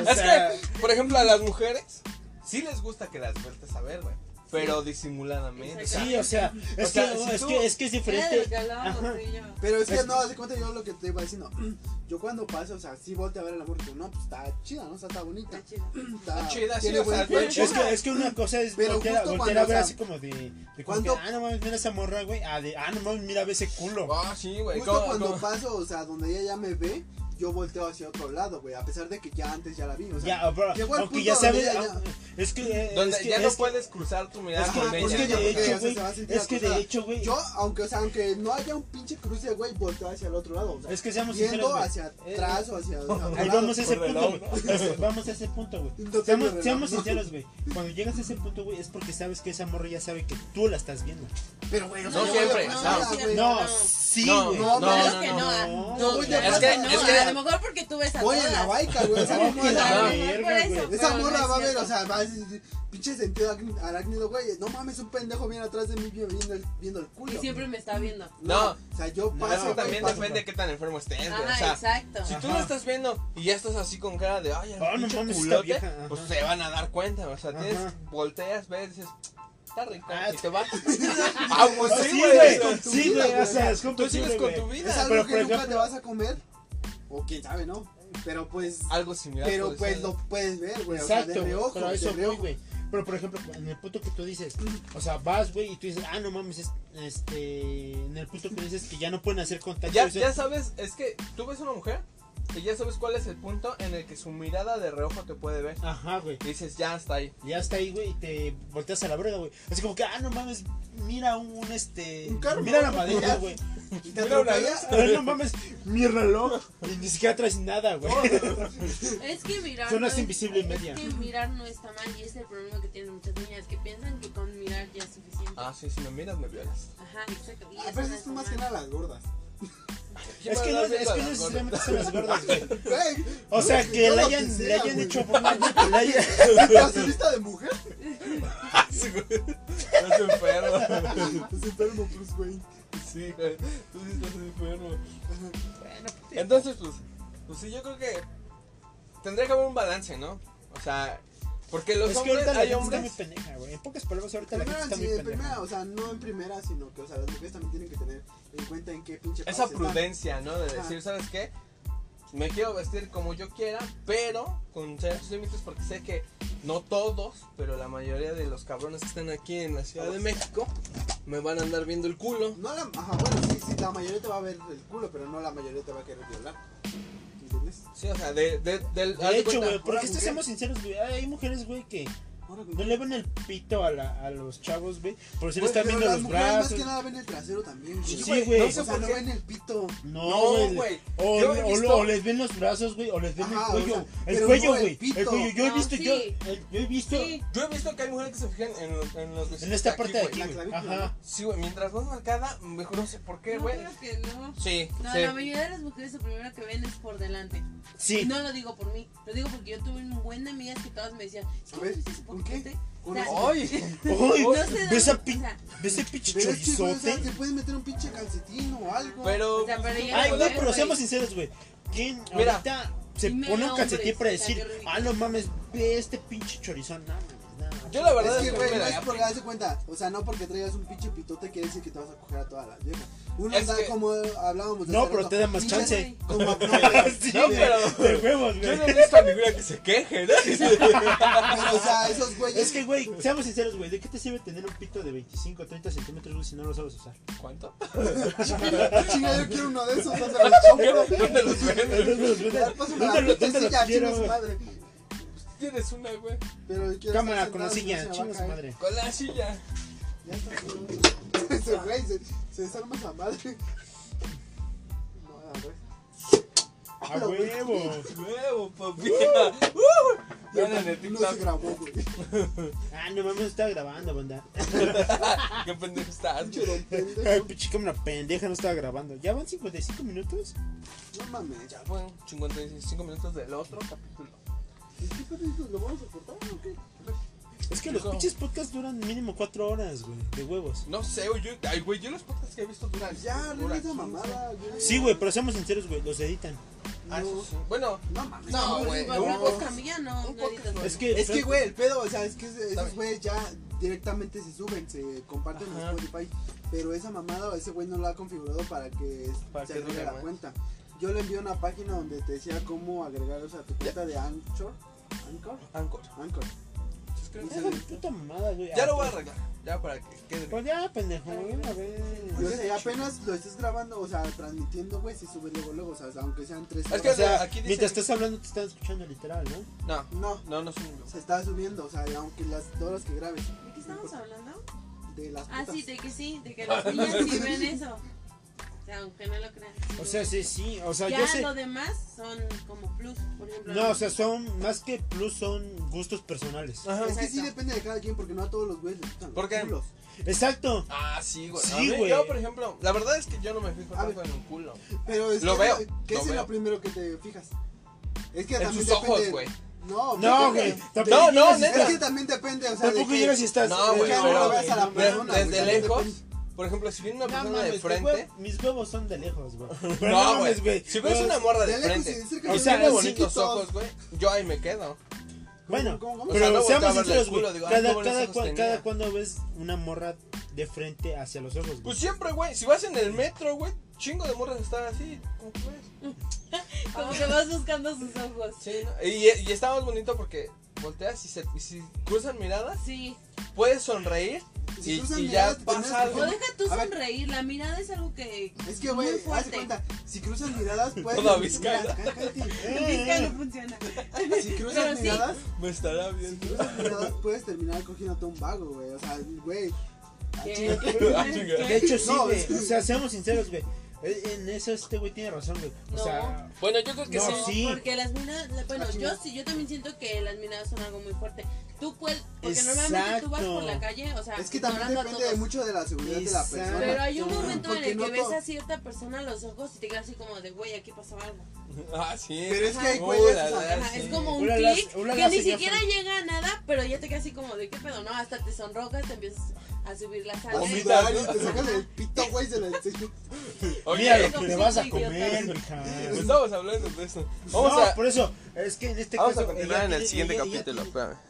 Speaker 3: que, por ejemplo, a las mujeres sí les gusta que las vueltas a ver, güey. Pero disimuladamente.
Speaker 2: Sí, o sea, es,
Speaker 3: O sea,
Speaker 2: que,
Speaker 3: si
Speaker 2: es,
Speaker 3: tú-
Speaker 2: que, es que es
Speaker 5: Era de lo
Speaker 2: diferente.
Speaker 5: que hablábamos
Speaker 2: Ajá.
Speaker 5: tú y yo.
Speaker 1: Pero es que no, hace cuenta yo lo que te iba diciendo. Yo cuando paso, o sea, sí volteo a ver el amor, digo, no, pues está chida, ¿no? O sea, está bonita.
Speaker 5: Está chido.
Speaker 1: Está
Speaker 3: chida, sí,
Speaker 1: tiene
Speaker 3: o sea,
Speaker 1: buen
Speaker 3: está
Speaker 1: cuerpo.
Speaker 3: chida.
Speaker 2: Es que, es que una cosa es
Speaker 1: Pero
Speaker 2: voltear,
Speaker 1: justo
Speaker 2: voltear
Speaker 1: cuando,
Speaker 2: a
Speaker 1: o
Speaker 2: ver
Speaker 1: sea,
Speaker 2: así como de, de como que,
Speaker 1: ¿cuándo?
Speaker 2: ah, no mames, mira esa morra, güey, ah, de, ah, no mames, mira, ve ese culo.
Speaker 3: Ah, sí, güey.
Speaker 1: Justo
Speaker 3: ¿cómo-
Speaker 1: cuando
Speaker 3: cómo?
Speaker 1: paso, o sea, donde ella ya me ve, yo volteo hacia otro lado, güey. A pesar de que ya antes ya la vi, o sea.
Speaker 2: ya, ah, bro,
Speaker 1: llegó al
Speaker 2: aunque
Speaker 1: punto
Speaker 2: ya
Speaker 1: donde
Speaker 2: sabes,
Speaker 1: ya-
Speaker 2: ah, es que, eh,
Speaker 3: Donde
Speaker 2: es que,
Speaker 3: ya no
Speaker 2: es que-
Speaker 3: puedes cruzar tu mirada
Speaker 2: es que-
Speaker 3: con
Speaker 2: es
Speaker 3: ella.
Speaker 2: que
Speaker 3: ¿no?
Speaker 2: de
Speaker 1: porque, o sea,
Speaker 2: hecho,
Speaker 1: se
Speaker 2: güey,
Speaker 1: va a sentir
Speaker 2: es que de
Speaker 1: acosada.
Speaker 2: hecho, güey,
Speaker 1: Yo, aunque, o sea, aunque no haya un pinche cruce, güey, volteo hacia el otro lado, o sea.
Speaker 2: es que seamos sinceros,
Speaker 1: Viendo
Speaker 2: güey. Eh,
Speaker 1: hacia atrás o hacia. hacia otro
Speaker 2: Ahí
Speaker 1: lado.
Speaker 2: vamos a ese
Speaker 3: por
Speaker 2: punto,
Speaker 3: reloj,
Speaker 2: güey. Este, Vamos a ese punto, güey.
Speaker 1: No tengo
Speaker 2: seamos
Speaker 1: reloj,
Speaker 2: seamos
Speaker 1: ¿no?
Speaker 2: sinceros, güey. Cuando llegas a ese punto, güey, es porque sabes que esa morra ya sabe que tú la estás viendo.
Speaker 1: Pero, güey, o
Speaker 3: No
Speaker 1: sea, yo
Speaker 3: siempre,
Speaker 1: voy a-
Speaker 3: no.
Speaker 1: nada, güey.
Speaker 2: No,
Speaker 5: No.
Speaker 2: sí,
Speaker 3: No,
Speaker 2: güey.
Speaker 1: no,
Speaker 5: claro
Speaker 3: no,
Speaker 5: que
Speaker 3: no,
Speaker 5: no. ah,
Speaker 2: no.
Speaker 5: No,
Speaker 1: Voy de
Speaker 5: claro
Speaker 1: paso,
Speaker 5: que no.
Speaker 3: es que-
Speaker 5: A lo mejor porque tú ves a
Speaker 1: Voy
Speaker 5: todas.
Speaker 1: en la baica, güey, o sea,
Speaker 2: No,
Speaker 1: no,
Speaker 2: que
Speaker 5: O
Speaker 1: o
Speaker 5: sea,
Speaker 1: sea,
Speaker 5: a lo
Speaker 2: la
Speaker 5: mejor por
Speaker 2: verga,
Speaker 5: eso,
Speaker 2: güey.
Speaker 1: Esa
Speaker 5: pero no
Speaker 1: morra
Speaker 5: es
Speaker 1: va a ver,
Speaker 5: cierto.
Speaker 1: o sea, va a decir, pinche sentido acni- arácnido, güey. No mames, un pendejo viene atrás de mí viendo el, viendo el culo.
Speaker 5: Y siempre me está viendo.
Speaker 3: No.
Speaker 1: o sea, yo
Speaker 3: Pero es
Speaker 1: paso.
Speaker 3: que
Speaker 1: güey,
Speaker 3: también
Speaker 1: paso,
Speaker 3: depende de qué tan enfermo estés, güey.
Speaker 5: Ajá,
Speaker 3: O sea,
Speaker 5: exacto.
Speaker 2: sí.
Speaker 3: si tú lo
Speaker 2: Ajá.
Speaker 3: estás viendo y ya estás así con cara de, ay,
Speaker 2: Ah, no
Speaker 3: el pinche
Speaker 2: mames, está
Speaker 3: culote",
Speaker 2: vieja, ajá.
Speaker 3: pues se van a dar cuenta, güey. o sea, tienes,
Speaker 2: Ajá.
Speaker 3: volteas, ves, dices, está rico,
Speaker 2: Ah,
Speaker 3: y te vas. ah, pues
Speaker 2: Ah,
Speaker 3: sí,
Speaker 2: sí,
Speaker 3: güey.
Speaker 2: güey.
Speaker 1: tu
Speaker 2: Sí,
Speaker 1: vida,
Speaker 2: güey, o
Speaker 1: güey.
Speaker 2: sea, es
Speaker 3: Tú sigues
Speaker 2: compatible,
Speaker 3: con
Speaker 2: güey.
Speaker 3: tu vida.
Speaker 1: Es algo
Speaker 2: Pero,
Speaker 1: que
Speaker 2: por
Speaker 1: nunca
Speaker 2: ejemplo-
Speaker 1: te vas a comer. O quién sabe, ¿no? Pero pues.
Speaker 3: Algo similar.
Speaker 1: Pero
Speaker 3: puede
Speaker 1: pues
Speaker 3: ser.
Speaker 1: lo puedes ver, güey. O sea,
Speaker 2: Exacto,
Speaker 1: de
Speaker 2: güey,
Speaker 1: reojo,
Speaker 2: pero a
Speaker 1: de
Speaker 2: eso voy,
Speaker 1: reojo.
Speaker 2: güey. Pero por ejemplo, en el punto que tú dices, o sea, vas, güey, y tú dices, ah, no mames, es- este, en el punto que dices que ya no pueden hacer contacto.
Speaker 3: Ya,
Speaker 2: eso-
Speaker 3: ya sabes, es que tú ves una mujer y ya sabes cuál es el punto en el que su mirada de reojo te puede ver.
Speaker 2: Ajá, güey.
Speaker 3: Y dices, ya está ahí.
Speaker 2: Ya está ahí, güey, y te volteas a la verga, güey. Así como que, ah, no mames, mira un, un, este,
Speaker 1: Un carro,
Speaker 2: mira la
Speaker 1: ¿no?
Speaker 2: madera,
Speaker 1: Ya.
Speaker 2: güey.
Speaker 1: Y te
Speaker 3: Mira una
Speaker 1: atropellas.
Speaker 2: Ah, no mames, mi reloj. Y ni siquiera traes nada, güey.
Speaker 5: Es que mirar.
Speaker 2: Zonas
Speaker 5: no es-
Speaker 2: invisible y media.
Speaker 5: Es que mirar no está mal y es el problema que tienen muchas niñas que piensan que con mirar ya es suficiente.
Speaker 3: Ah, sí, si me miras, me violas.
Speaker 5: Ajá, exacto. Y
Speaker 1: A
Speaker 5: eso no
Speaker 1: veces
Speaker 5: está
Speaker 1: tú más que nada
Speaker 5: mal.
Speaker 1: las gordas.
Speaker 2: Es que no, es que no necesariamente son las gordas, güey.
Speaker 1: Güey,
Speaker 2: O sea,
Speaker 1: no,
Speaker 2: que
Speaker 1: no
Speaker 2: le
Speaker 1: lo
Speaker 2: hayan, le
Speaker 1: sea,
Speaker 2: hayan
Speaker 1: güey.
Speaker 2: hecho por le hayan...
Speaker 1: ¿Pasilista de mujer?
Speaker 3: Ah, Sí, güey. Estás enfermo.
Speaker 1: Es enfermo, plus, güey.
Speaker 3: Sí, güey. Tú sí estás enfermo. Entonces, pues, pues sí, yo creo que tendría que haber un balance, ¿no? O sea, porque los
Speaker 2: Es que
Speaker 3: hombres,
Speaker 2: ahorita la
Speaker 3: hay
Speaker 2: gente está muy
Speaker 3: hombres.
Speaker 2: pendeja, güey. En pocas palabras, ahorita la gente
Speaker 1: Primero,
Speaker 2: está
Speaker 1: sí,
Speaker 2: muy
Speaker 1: en
Speaker 2: pendeja.
Speaker 1: primera, o sea, no en primera, sino que, o sea, las mujeres también tienen que tener en cuenta en qué pinche
Speaker 3: Esa
Speaker 1: país están.
Speaker 3: prudencia, ¿no? De decir,
Speaker 1: Ajá.
Speaker 3: ¿sabes qué? Me quiero vestir como yo quiera, pero con ciertos límites porque sé que no todos, pero la mayoría de los cabrones que están aquí en la Ciudad de México me van a andar viendo el culo.
Speaker 1: No la, ajá, bueno, sí, sí, la mayoría te va a ver el culo, pero no la mayoría te va a querer violar. ¿Entiendes?
Speaker 3: Sí, o sea, de, de, del- haz
Speaker 2: De
Speaker 3: de
Speaker 2: hecho,
Speaker 3: cuenta.
Speaker 2: güey, porque
Speaker 1: Ahora,
Speaker 2: esto
Speaker 1: mujer.
Speaker 2: seamos sinceros, güey. Hay mujeres, güey, que
Speaker 1: Ahora, güey.
Speaker 2: no le ven el pito a, la, a los chavos, güey. Por si le
Speaker 1: Güey,
Speaker 2: están
Speaker 1: pero
Speaker 2: viendo
Speaker 1: las
Speaker 2: los
Speaker 1: mujeres
Speaker 2: brazos.
Speaker 1: Más que nada ven el trasero también.
Speaker 2: Sí,
Speaker 1: güey.
Speaker 2: güey.
Speaker 1: O
Speaker 3: No sé
Speaker 1: sea,
Speaker 3: por
Speaker 1: no
Speaker 3: qué.
Speaker 1: ven el pito.
Speaker 3: No,
Speaker 2: No,
Speaker 3: güey.
Speaker 2: güey. O,
Speaker 3: Yo he
Speaker 2: o-
Speaker 3: visto-
Speaker 2: o les ven los brazos, güey, o les ven
Speaker 1: Ajá, o
Speaker 2: el cuello.
Speaker 1: sea,
Speaker 2: el
Speaker 1: pero
Speaker 2: cuello,
Speaker 1: no el
Speaker 2: güey. el,
Speaker 1: pito.
Speaker 2: cuello. Yo he
Speaker 5: No,
Speaker 2: visto,
Speaker 5: sí.
Speaker 2: yo, el- yo he visto
Speaker 5: Sí.
Speaker 3: Yo he visto que hay mujeres que se fijan en, los- en los
Speaker 2: en esta parte de aquí,
Speaker 3: güey.
Speaker 1: la
Speaker 2: güey.
Speaker 1: clavícula,
Speaker 2: Ajá.
Speaker 3: Sí, güey, mientras más marcada, mejor no sé por qué,
Speaker 5: No,
Speaker 3: güey.
Speaker 5: claro que no.
Speaker 3: Sí,
Speaker 5: No,
Speaker 3: sí.
Speaker 5: la mayoría de las mujeres lo primero que ven es por delante.
Speaker 2: Sí.
Speaker 5: No lo digo por mí, lo digo porque yo tuve un buen de amigas que todas me decían,
Speaker 1: A
Speaker 5: ¿cómo
Speaker 1: ver,
Speaker 5: viste ese
Speaker 1: ¿con qué?
Speaker 5: poquete?
Speaker 1: Con
Speaker 5: O sea,
Speaker 1: eso.
Speaker 3: ¡Ay!
Speaker 2: Uy,
Speaker 5: No se da-
Speaker 2: ¿ves, a
Speaker 5: o
Speaker 2: pin-
Speaker 5: sea,
Speaker 2: ¿Ves el pinche
Speaker 1: Pero es que, güey, o
Speaker 2: chorizote?
Speaker 1: sea, te puedes meter un pinche calcetín o algo.
Speaker 3: Pero. pues,
Speaker 5: O sea, pero ella
Speaker 2: Ay,
Speaker 5: no
Speaker 2: güey,
Speaker 5: ve,
Speaker 2: pero
Speaker 5: güey.
Speaker 2: seamos sinceros, güey. ¿Quién
Speaker 3: Mira.
Speaker 2: ahorita se
Speaker 5: Y me
Speaker 2: pone
Speaker 5: da
Speaker 2: un calcetín
Speaker 5: hombres,
Speaker 2: para
Speaker 5: o sea,
Speaker 2: decir,
Speaker 5: qué ridículo.
Speaker 2: ah, no mames, ve este pinche chorizón? No, mames, no.
Speaker 3: Yo la verdad
Speaker 1: Es
Speaker 3: es
Speaker 1: que,
Speaker 3: que
Speaker 1: güey,
Speaker 3: me
Speaker 1: no
Speaker 3: la
Speaker 1: es
Speaker 3: he
Speaker 1: porque haz de cuenta. O sea, no porque traigas un pinche pitote quiere decir que te vas a coger a todas las viejas. Uno
Speaker 3: Es
Speaker 1: da
Speaker 3: que-
Speaker 1: como hablábamos de
Speaker 2: No,
Speaker 1: hace
Speaker 2: pero
Speaker 1: rato,
Speaker 2: te da más
Speaker 1: pinches-
Speaker 2: chance.
Speaker 1: como- no, pero,
Speaker 2: Sí,
Speaker 3: No,
Speaker 2: güey,
Speaker 3: pero-
Speaker 2: de huevos,
Speaker 3: Yo no he
Speaker 2: güey.
Speaker 3: visto a ninguna que se queje, ¿no?
Speaker 1: pero, o sea, esos güeyes.
Speaker 2: Es que, güey, seamos sinceros, güey, ¿de qué te sirve tener un pito de 25 o 30 centímetros, güey, si no lo sabes usar?
Speaker 3: ¿Cuánto?
Speaker 1: Chinga, yo quiero uno de esos. ¿Dónde
Speaker 3: ¿Dónde los
Speaker 2: ¿Dónde
Speaker 3: venden?
Speaker 2: lo- dónde los quiero, güey?
Speaker 3: Tienes una, güey.
Speaker 1: Pero yo quiero
Speaker 2: Cámara,
Speaker 1: estar
Speaker 2: con la
Speaker 1: sentado,
Speaker 2: silla,
Speaker 1: no se
Speaker 2: chinga
Speaker 1: me
Speaker 2: su
Speaker 1: va a
Speaker 2: madre.
Speaker 3: Con la silla.
Speaker 1: caer. Ya está. Ese güey se, se desarma esa madre. No, a ver.
Speaker 2: A huevos.
Speaker 3: Nuevo, papita. Uh, Vean en el
Speaker 1: No se
Speaker 3: TikTok.
Speaker 1: grabó, güey.
Speaker 2: Ah, no mames, estaba grabando, banda.
Speaker 3: Qué pendejo estás.
Speaker 1: Pinche don pendejo.
Speaker 2: Ay, pinche cámara pendeja, no estaba grabando. ¿Ya van 55 minutos?
Speaker 1: No mames.
Speaker 3: Ya, bueno, 55 minutos del otro capítulo.
Speaker 1: ¿Y qué perrito? ¿Lo vamos a cortar o qué?
Speaker 2: Es que los
Speaker 3: Hijo.
Speaker 2: pinches podcasts duran mínimo 4 horas, güey, de huevos.
Speaker 3: No sé, güey. Yo, ay, güey, yo los podcasts que he visto duran.
Speaker 1: Pues Ya,
Speaker 3: duran
Speaker 1: no esa
Speaker 3: 15.
Speaker 1: mamada. yo-
Speaker 2: Sí, güey, pero seamos sinceros, güey, los editan.
Speaker 3: Ah, eso sí. Bueno,
Speaker 1: No mames.
Speaker 3: No,
Speaker 1: ¿cómo
Speaker 3: güey,
Speaker 1: les va a
Speaker 3: no.
Speaker 1: grabar?
Speaker 5: Una poca mía no.
Speaker 3: Un
Speaker 5: nadie
Speaker 3: poco,
Speaker 5: tanto.
Speaker 2: Es que,
Speaker 1: Es que, güey, el pedo, o sea, es que es-
Speaker 3: Dame.
Speaker 1: esos güeyes ya directamente se suben, se comparten en
Speaker 3: Ajá.
Speaker 1: Spotify. Pero esa mamada, ese güey no la ha configurado para que
Speaker 3: Para
Speaker 1: se
Speaker 3: que
Speaker 1: agregue
Speaker 3: dure,
Speaker 1: la
Speaker 3: güey.
Speaker 1: cuenta. Yo le envié una página donde te decía cómo agregar, o sea, tu cuenta de Anchor. Anchor.
Speaker 3: Anchor.
Speaker 1: Anchor.
Speaker 2: Esa es puta mamada, güey. Ah,
Speaker 3: Ya lo voy a arreglar. Ya para que quede. bien.
Speaker 2: Pues ya, pendejo, una vez.
Speaker 3: Pues
Speaker 1: Y, o sea, apenas lo estés grabando, o sea, transmitiendo, güey, se sube luego, luego, o sea, aunque sean tres
Speaker 3: Es que-
Speaker 2: O
Speaker 1: horas.
Speaker 2: sea,
Speaker 3: Aquí dice-
Speaker 2: mientras estás hablando te están escuchando literal, ¿no?
Speaker 3: No,
Speaker 1: No,
Speaker 3: no, no es un
Speaker 1: se está subiendo, o sea, aunque las horas que grabes.
Speaker 5: ¿De qué estamos hablando?
Speaker 1: De las
Speaker 5: Ah,
Speaker 1: putas.
Speaker 5: sí, de que sí, de que las niñas sí ven eso. O sea, aunque no lo crean.
Speaker 2: O sea, sí, sí, o sea,
Speaker 5: ya
Speaker 2: yo sé...
Speaker 5: lo demás son como plus, por ejemplo.
Speaker 2: No, o sea, son, más que plus, son gustos personales.
Speaker 3: Ajá.
Speaker 1: Es que sí
Speaker 5: Exacto.
Speaker 1: depende de cada quien, porque no a todos los güeyes les gustan los
Speaker 3: ¿Por qué?
Speaker 1: culos.
Speaker 2: Exacto.
Speaker 3: Ah, sí, güey.
Speaker 2: Sí,
Speaker 3: A mí-
Speaker 2: güey.
Speaker 3: Yo, por ejemplo, la verdad es que yo no me fijo
Speaker 1: A
Speaker 3: tanto
Speaker 1: ver.
Speaker 3: en un culo.
Speaker 1: Pero es
Speaker 3: Lo
Speaker 1: que,
Speaker 3: veo,
Speaker 1: ¿Qué
Speaker 3: lo
Speaker 1: es
Speaker 3: veo.
Speaker 1: lo primero que te fijas? Es que
Speaker 3: En
Speaker 1: también
Speaker 3: sus ojos,
Speaker 1: depende-
Speaker 3: güey.
Speaker 1: No,
Speaker 2: No,
Speaker 1: porque-
Speaker 2: güey. tampoco
Speaker 3: No, no,
Speaker 2: llegas y
Speaker 3: neta.
Speaker 1: Es
Speaker 2: estás-
Speaker 1: que también depende, o sea, de
Speaker 2: Tampoco
Speaker 1: que-
Speaker 2: llegas y estás...
Speaker 3: No, güey,
Speaker 1: Es que
Speaker 3: pero-
Speaker 1: no veas a la
Speaker 3: de-
Speaker 1: persona, güey,
Speaker 3: desde
Speaker 1: también
Speaker 3: lejos.
Speaker 1: depende.
Speaker 3: Por ejemplo, si viene una
Speaker 2: No
Speaker 3: persona
Speaker 2: mames,
Speaker 3: de
Speaker 2: tu
Speaker 3: frente.
Speaker 2: hue- mis huevos son de lejos, güey. Pero
Speaker 3: No,
Speaker 2: mames,
Speaker 3: güey. Si ves
Speaker 2: Los-
Speaker 3: una morra de,
Speaker 1: de lejos y
Speaker 3: frente.
Speaker 1: de
Speaker 2: O
Speaker 1: cerca
Speaker 3: O
Speaker 1: se
Speaker 2: sea,
Speaker 1: ven
Speaker 3: tiene
Speaker 2: sí,
Speaker 1: bien
Speaker 3: bonitos
Speaker 1: chiquitos.
Speaker 3: ojos, güey. Yo ahí me quedo.
Speaker 2: Bueno,
Speaker 1: ¿Cómo, cómo, cómo?
Speaker 2: pero
Speaker 3: O sea, no volteaba
Speaker 2: seamos
Speaker 3: a verle
Speaker 2: sinceros,
Speaker 3: el
Speaker 2: güey.
Speaker 3: culo, digo, ah, qué
Speaker 2: Cada,
Speaker 3: buenos
Speaker 2: cada,
Speaker 3: ojos
Speaker 2: cua-
Speaker 3: tenía.
Speaker 2: cada cuando ves una morra de frente hacia los ojos, güey.
Speaker 3: Pues siempre, güey. Si vas en el metro, güey. Chingo de morras están así. ¿Cómo que ves?
Speaker 5: Como que vas buscando sus ojos.
Speaker 3: Sí, ¿no? y, y está más bonito porque volteas y, se, y si cruzan miradas,
Speaker 5: Sí.
Speaker 3: puedes sonreír
Speaker 1: Si
Speaker 3: y,
Speaker 1: cruzan
Speaker 3: y ya
Speaker 1: miradas, te
Speaker 3: pasa
Speaker 1: terminas
Speaker 3: algo.
Speaker 5: O deja tú
Speaker 1: A ver.
Speaker 5: sonreír, la mirada es algo que.
Speaker 1: Es que, güey,
Speaker 5: muy
Speaker 1: haz
Speaker 5: fuerte.
Speaker 1: cuenta, si cruzas miradas, puedes...
Speaker 3: Toda
Speaker 1: mira,
Speaker 3: Vizcaya.
Speaker 1: cá- cállate.
Speaker 5: El fiscal no funciona.
Speaker 1: Si
Speaker 5: Pero
Speaker 2: Eh.
Speaker 1: cruzas
Speaker 5: sí.
Speaker 1: miradas,
Speaker 3: Me estará
Speaker 1: si
Speaker 3: viendo.
Speaker 1: cruzas miradas, puedes terminar cogiéndote un vago, güey, o sea, güey.
Speaker 5: ¿Qué?
Speaker 3: Ah, chinga.
Speaker 5: ¿Qué?
Speaker 2: De hecho, sí,
Speaker 1: No,
Speaker 2: güey.
Speaker 1: es que-
Speaker 2: O sea, seamos sinceros, güey. Eh, En eso este güey tiene razón, güey. O
Speaker 5: No.
Speaker 2: sea,
Speaker 3: Bueno, yo creo que
Speaker 2: No,
Speaker 3: sí.
Speaker 5: No,
Speaker 2: sí.
Speaker 5: Porque las miradas, la- bueno,
Speaker 1: Ah,
Speaker 5: yo
Speaker 1: chinga.
Speaker 5: sí, yo también siento que las miradas son algo muy fuerte. Tú puedes, porque normalmente tú vas
Speaker 2: Exacto.
Speaker 5: por la calle, o sea,
Speaker 1: Es que también
Speaker 5: ignorando a
Speaker 1: depende de
Speaker 5: todos.
Speaker 1: mucho de la seguridad de la
Speaker 2: Exacto.
Speaker 1: persona.
Speaker 5: Pero hay un
Speaker 2: Exacto.
Speaker 5: momento en
Speaker 1: Porque
Speaker 5: el
Speaker 1: no
Speaker 5: que ves
Speaker 1: todo-
Speaker 5: a cierta persona a los ojos y te quedas así como de, güey, aquí pasó algo.
Speaker 3: Ah, sí.
Speaker 1: Pero es que hay
Speaker 3: Uh,
Speaker 1: güeyes,
Speaker 3: la
Speaker 1: o sea,
Speaker 3: verdad,
Speaker 5: Ajá,
Speaker 3: sí.
Speaker 5: Es como un
Speaker 2: Ulala,
Speaker 5: clic
Speaker 2: ulala,
Speaker 5: que ni
Speaker 2: señor
Speaker 5: siquiera
Speaker 2: Fran.
Speaker 5: llega a nada, pero ya te quedas así como de qué pedo, ¿no? Hasta te sonrojas, te empiezas a subir la sangre.
Speaker 1: Vas a
Speaker 3: Vomita.
Speaker 1: sudar y te sacas el pito, güey, se la
Speaker 3: Oye,
Speaker 2: mira lo
Speaker 5: como
Speaker 2: que te
Speaker 5: si
Speaker 2: vas
Speaker 5: soy
Speaker 2: a
Speaker 5: idiota.
Speaker 2: comer, mija.
Speaker 3: Estamos hablando de eso. Vamos
Speaker 2: Vamos
Speaker 3: a.
Speaker 2: por eso. Es que en este
Speaker 3: Vamos
Speaker 2: caso.
Speaker 3: a
Speaker 2: ella
Speaker 3: continuar en el
Speaker 2: tiene-
Speaker 3: siguiente
Speaker 2: ella- ella
Speaker 3: capítulo.
Speaker 2: tiene-
Speaker 3: espérame.